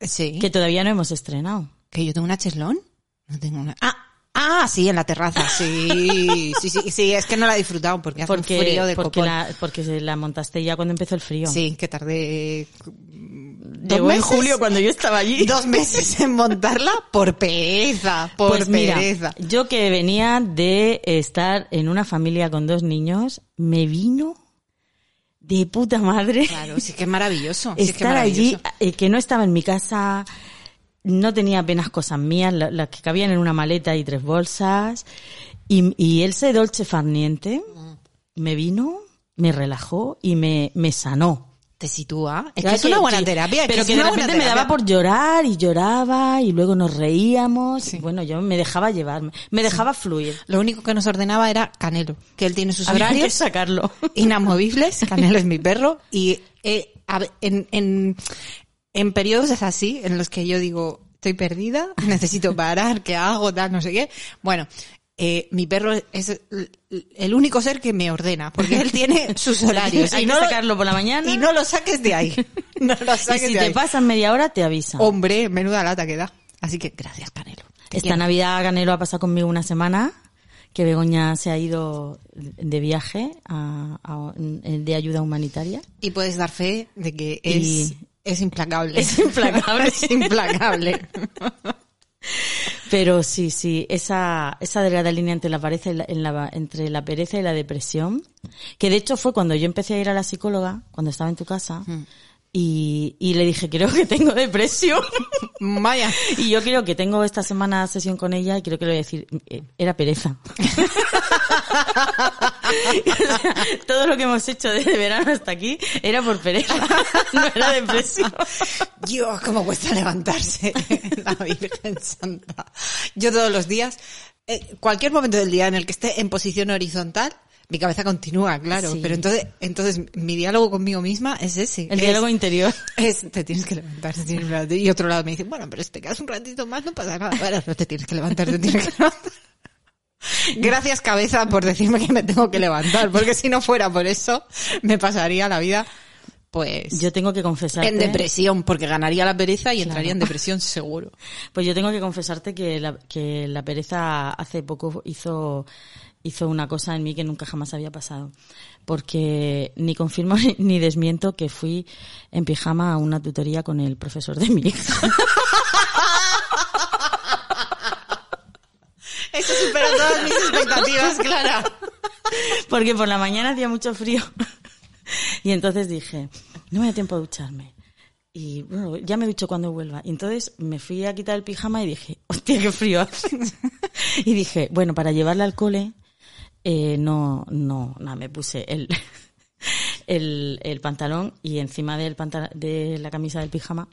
S2: Sí.
S1: que todavía no hemos estrenado.
S2: ¿Que yo tengo una cheslón? No tengo una. Ah, ah, sí, en la terraza, sí. Sí, sí, sí, es que no la he disfrutado porque, hace un
S1: Porque,
S2: frío de
S1: porque,
S2: copón.
S1: la, porque se la montaste ya cuando empezó el frío.
S2: Sí, que tardé mm, dos
S1: Llegó en
S2: meses,
S1: julio cuando yo estaba allí.
S2: dos meses en montarla por pereza, por
S1: Pues mira,
S2: pereza.
S1: yo que venía de estar en una familia con dos niños, me vino de puta madre
S2: Claro, sí que es maravilloso. sí que es
S1: estar allí,
S2: maravilloso.
S1: eh, que no estaba en mi casa, no tenía apenas cosas mías, la- las que cabían en una maleta y tres bolsas, y, y ese dolce farniente
S2: Mm.
S1: me vino, me relajó y me, me sanó.
S2: Te sitúa. Es
S1: Ya
S2: que es una buena
S1: sí,
S2: terapia. es
S1: Pero
S2: es
S1: que, de
S2: una
S1: repente
S2: buena
S1: me daba
S2: terapia.
S1: por llorar y lloraba y luego nos reíamos. y bueno, yo me dejaba llevar, me- me dejaba fluir.
S2: Lo único que nos ordenaba era Canelo, que él tiene sus
S1: Había que
S2: horarios
S1: sacarlo.
S2: inamovibles. Canelo es mi perro. Y eh, a ve- en, en, en periodos es así, en los que yo digo, estoy perdida, necesito parar, ¿qué hago? Tal, no sé qué. Bueno. eh, mi perro es el- el único ser que me ordena, porque él tiene sus horarios.
S1: Hay
S2: y
S1: que
S2: no lo-
S1: sacarlo por la mañana.
S2: Y no lo saques de ahí. No lo
S1: Y
S2: saques
S1: si
S2: de
S1: te
S2: ahí.
S1: pasan media hora, te avisa.
S2: Hombre, menuda lata que da. Así que gracias, Canelo. Te
S1: Esta
S2: quiero.
S1: Navidad Ganero ha pasado conmigo una semana, que Begoña se ha ido de viaje a- a- de ayuda humanitaria.
S2: Y puedes dar fe de que es,
S1: Y-
S2: es implacable.
S1: Es implacable.
S2: es implacable.
S1: Pero sí, sí, esa, esa delgada línea entre la, pereza y la, en la- entre la pereza y la depresión, que de hecho fue cuando yo empecé a ir a la psicóloga, cuando estaba en tu casa,
S2: Mm.
S1: y, y le dije, creo que tengo depresión.
S2: Vaya.
S1: Y yo creo que tengo esta semana sesión con ella y creo que le voy a decir, eh, era pereza. O sea, todo lo que hemos hecho desde verano hasta aquí era por pereza, no era depresión.
S2: Dios, cómo cuesta levantarse la Virgen Santa. Yo todos los días, eh, cualquier momento del día en el que esté en posición horizontal, mi cabeza continúa, claro.
S1: Sí.
S2: Pero entonces, entonces mi diálogo conmigo misma es ese.
S1: El
S2: es-
S1: diálogo interior.
S2: Es, te tienes que levantar, te tienes que levantar. Y otro lado me dice, bueno, pero si te quedas un ratito más no pasa nada. Bueno, no te tienes que levantar, te tienes que levantar. Gracias cabeza por decirme que me tengo que levantar, porque si no fuera por eso, me pasaría la vida, pues,
S1: Yo tengo que confesarte.
S2: en depresión, porque ganaría la pereza y entraría en depresión seguro.
S1: Pues yo tengo que confesarte que la, que la pereza hace poco hizo, hizo una cosa en mí que nunca jamás había pasado. Porque ni confirmo ni- ni desmiento que fui en pijama a una tutoría con el profesor de mi hija.
S2: Eso supera todas mis expectativas, Clara.
S1: Porque por la mañana hacía mucho frío. Y entonces dije, no me da tiempo a ducharme. Y bueno, ya me he dicho cuando vuelva. Y entonces me fui a quitar el pijama y dije, hostia, qué frío hace. Y dije, bueno, para llevarla al cole, eh, no, no, nada, me puse el, el, el pantalón y encima del pantal- de la camisa del pijama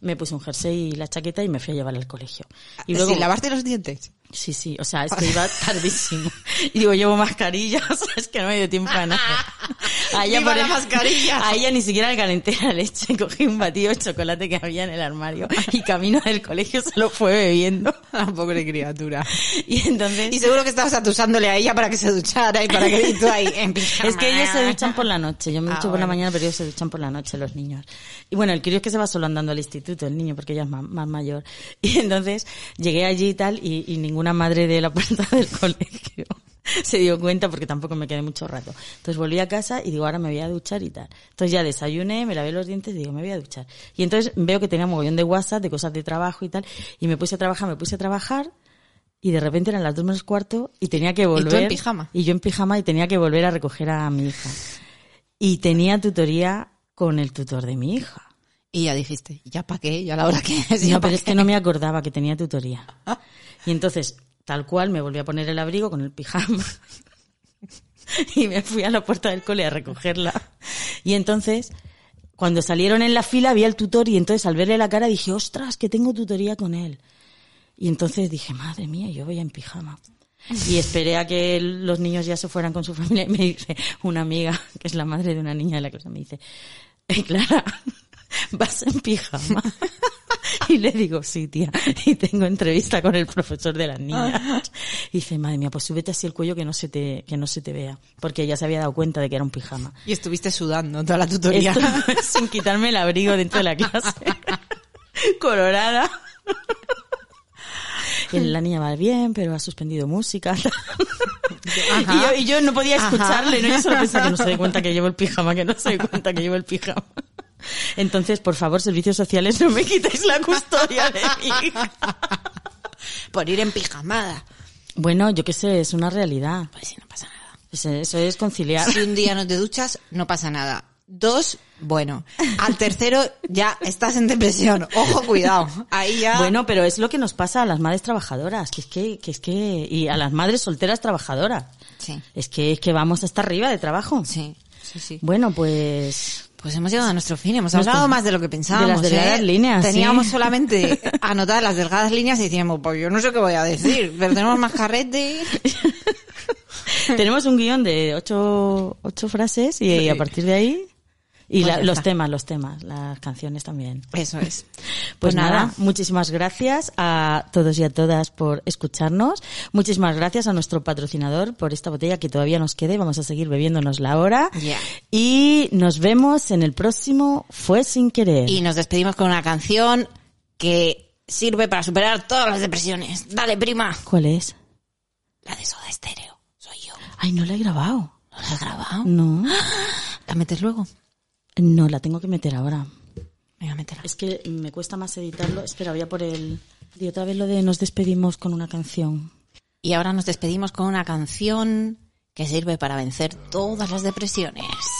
S1: me puse un jersey y la chaqueta y me fui a llevarla al colegio. Y luego,
S2: Sin lavarte los dientes.
S1: Sí, sí, o sea, es que iba tardísimo. Y digo, llevo mascarilla, o sea, es que no me dio tiempo a nada. A
S2: ¡Viva
S1: por
S2: la
S1: el-
S2: mascarilla!
S1: A ella ni siquiera le calenté la leche, cogí un batido de chocolate que había en el armario y camino del colegio se lo fue bebiendo.
S2: La pobre criatura.
S1: Y entonces...
S2: Y seguro que estabas atusándole a ella para que se duchara y para que y tú ahí en pijama.
S1: Es que ellos se duchan por la noche. Yo me
S2: Ah,
S1: ducho por la
S2: bueno.
S1: mañana, pero ellos se duchan por la noche, los niños. Y bueno, el crío es que se va solo andando al instituto, el niño, porque ya es ma- más, mayor. Y entonces llegué allí y tal, y, y ninguna madre de la puerta del colegio se dio cuenta porque tampoco me quedé mucho rato. Entonces volví a casa y digo, ahora me voy a duchar y tal. Entonces ya desayuné, me lavé los dientes y digo, me voy a duchar. Y entonces veo que tenía mogollón de WhatsApp, de cosas de trabajo y tal, y me puse a trabajar, me puse a trabajar, y de repente eran las dos menos cuarto y tenía que volver.
S2: en pijama.
S1: Y yo en pijama y tenía que volver a recoger a mi hija. Y tenía tutoría con el tutor de mi hija.
S2: Y ya dijiste, ya pa' qué, ya la hora que es.
S1: No,
S2: ya pa'
S1: pero es
S2: qué.
S1: que no me acordaba que tenía tutoría. Y entonces, tal cual, me volví a poner el abrigo con el pijama. Y me fui a la puerta del cole a recogerla. Y entonces, cuando salieron en la fila, vi al tutor y entonces al verle la cara dije, ostras, que tengo tutoría con él. Y entonces dije, madre mía, yo voy en pijama. Y esperé a que el- los niños ya se fueran con su familia y me dice una amiga, que es la madre de una niña de la clase, me dice, "Eh, Clara, vas en pijama. Y le digo, sí, tía, y tengo entrevista con el profesor de las niñas. Y dice, madre mía, pues súbete así el cuello que no se te, que no se te vea, porque ella se había dado cuenta de que era un pijama.
S2: Y estuviste sudando toda la tutoría.
S1: Esto sin quitarme el abrigo dentro de la clase. Colorada. Y La niña va bien, pero ha suspendido música. Y yo, y yo no podía
S2: Ajá.
S1: escucharle, ¿no? Yo solo pensaba que no se dé cuenta que llevo el pijama, que no se dé cuenta que llevo el pijama. Entonces, por favor, servicios sociales, no me quitéis la custodia de mi hija.
S2: Por ir en pijamada.
S1: Bueno, yo qué sé, es una realidad.
S2: Pues sí, no pasa nada.
S1: Eso eso es conciliar.
S2: Si un día no te duchas, no pasa nada. Dos, bueno. Al tercero, ya estás en depresión. Ojo, cuidado. Ahí ya.
S1: Bueno, pero es lo que nos pasa a las madres trabajadoras, que es que, que es que, y a las madres solteras trabajadoras.
S2: Sí,
S1: Es que, es que vamos hasta arriba de trabajo.
S2: sí, sí, sí.
S1: Bueno, pues,
S2: Pues hemos llegado a nuestro fin, hemos
S1: Nuestro-
S2: hablado más de lo que pensábamos.
S1: de las delgadas
S2: ¿eh?
S1: líneas,
S2: Teníamos
S1: sí.
S2: solamente anotadas las delgadas líneas y decíamos, pues yo no sé qué voy a decir, pero tenemos más carrete.
S1: tenemos un guión de ocho, ocho frases y, a partir de ahí, y
S2: Pues
S1: la-
S2: ya
S1: los
S2: está.
S1: temas, los temas, las canciones también.
S2: Eso es.
S1: Pues, nada, muchísimas gracias a todos y a todas por escucharnos. Muchísimas gracias a nuestro patrocinador por esta botella que todavía nos quede. Vamos a seguir bebiéndonos la hora.
S2: Yeah.
S1: Y nos vemos en el próximo Fue Sin Querer.
S2: Y nos despedimos con una canción que sirve para superar todas las depresiones. Dale, prima.
S1: ¿Cuál es?
S2: La de Soda Estéreo. Soy yo.
S1: Ay, no la he grabado.
S2: ¿No la has grabado?
S1: No.
S2: ¿La metes luego?
S1: No, la tengo que meter ahora.
S2: Venga, métela.
S1: Es que me cuesta más editarlo. Espera, voy a por el... Y otra vez lo de nos despedimos con una canción.
S2: Y ahora nos despedimos con una canción que sirve para vencer todas las depresiones.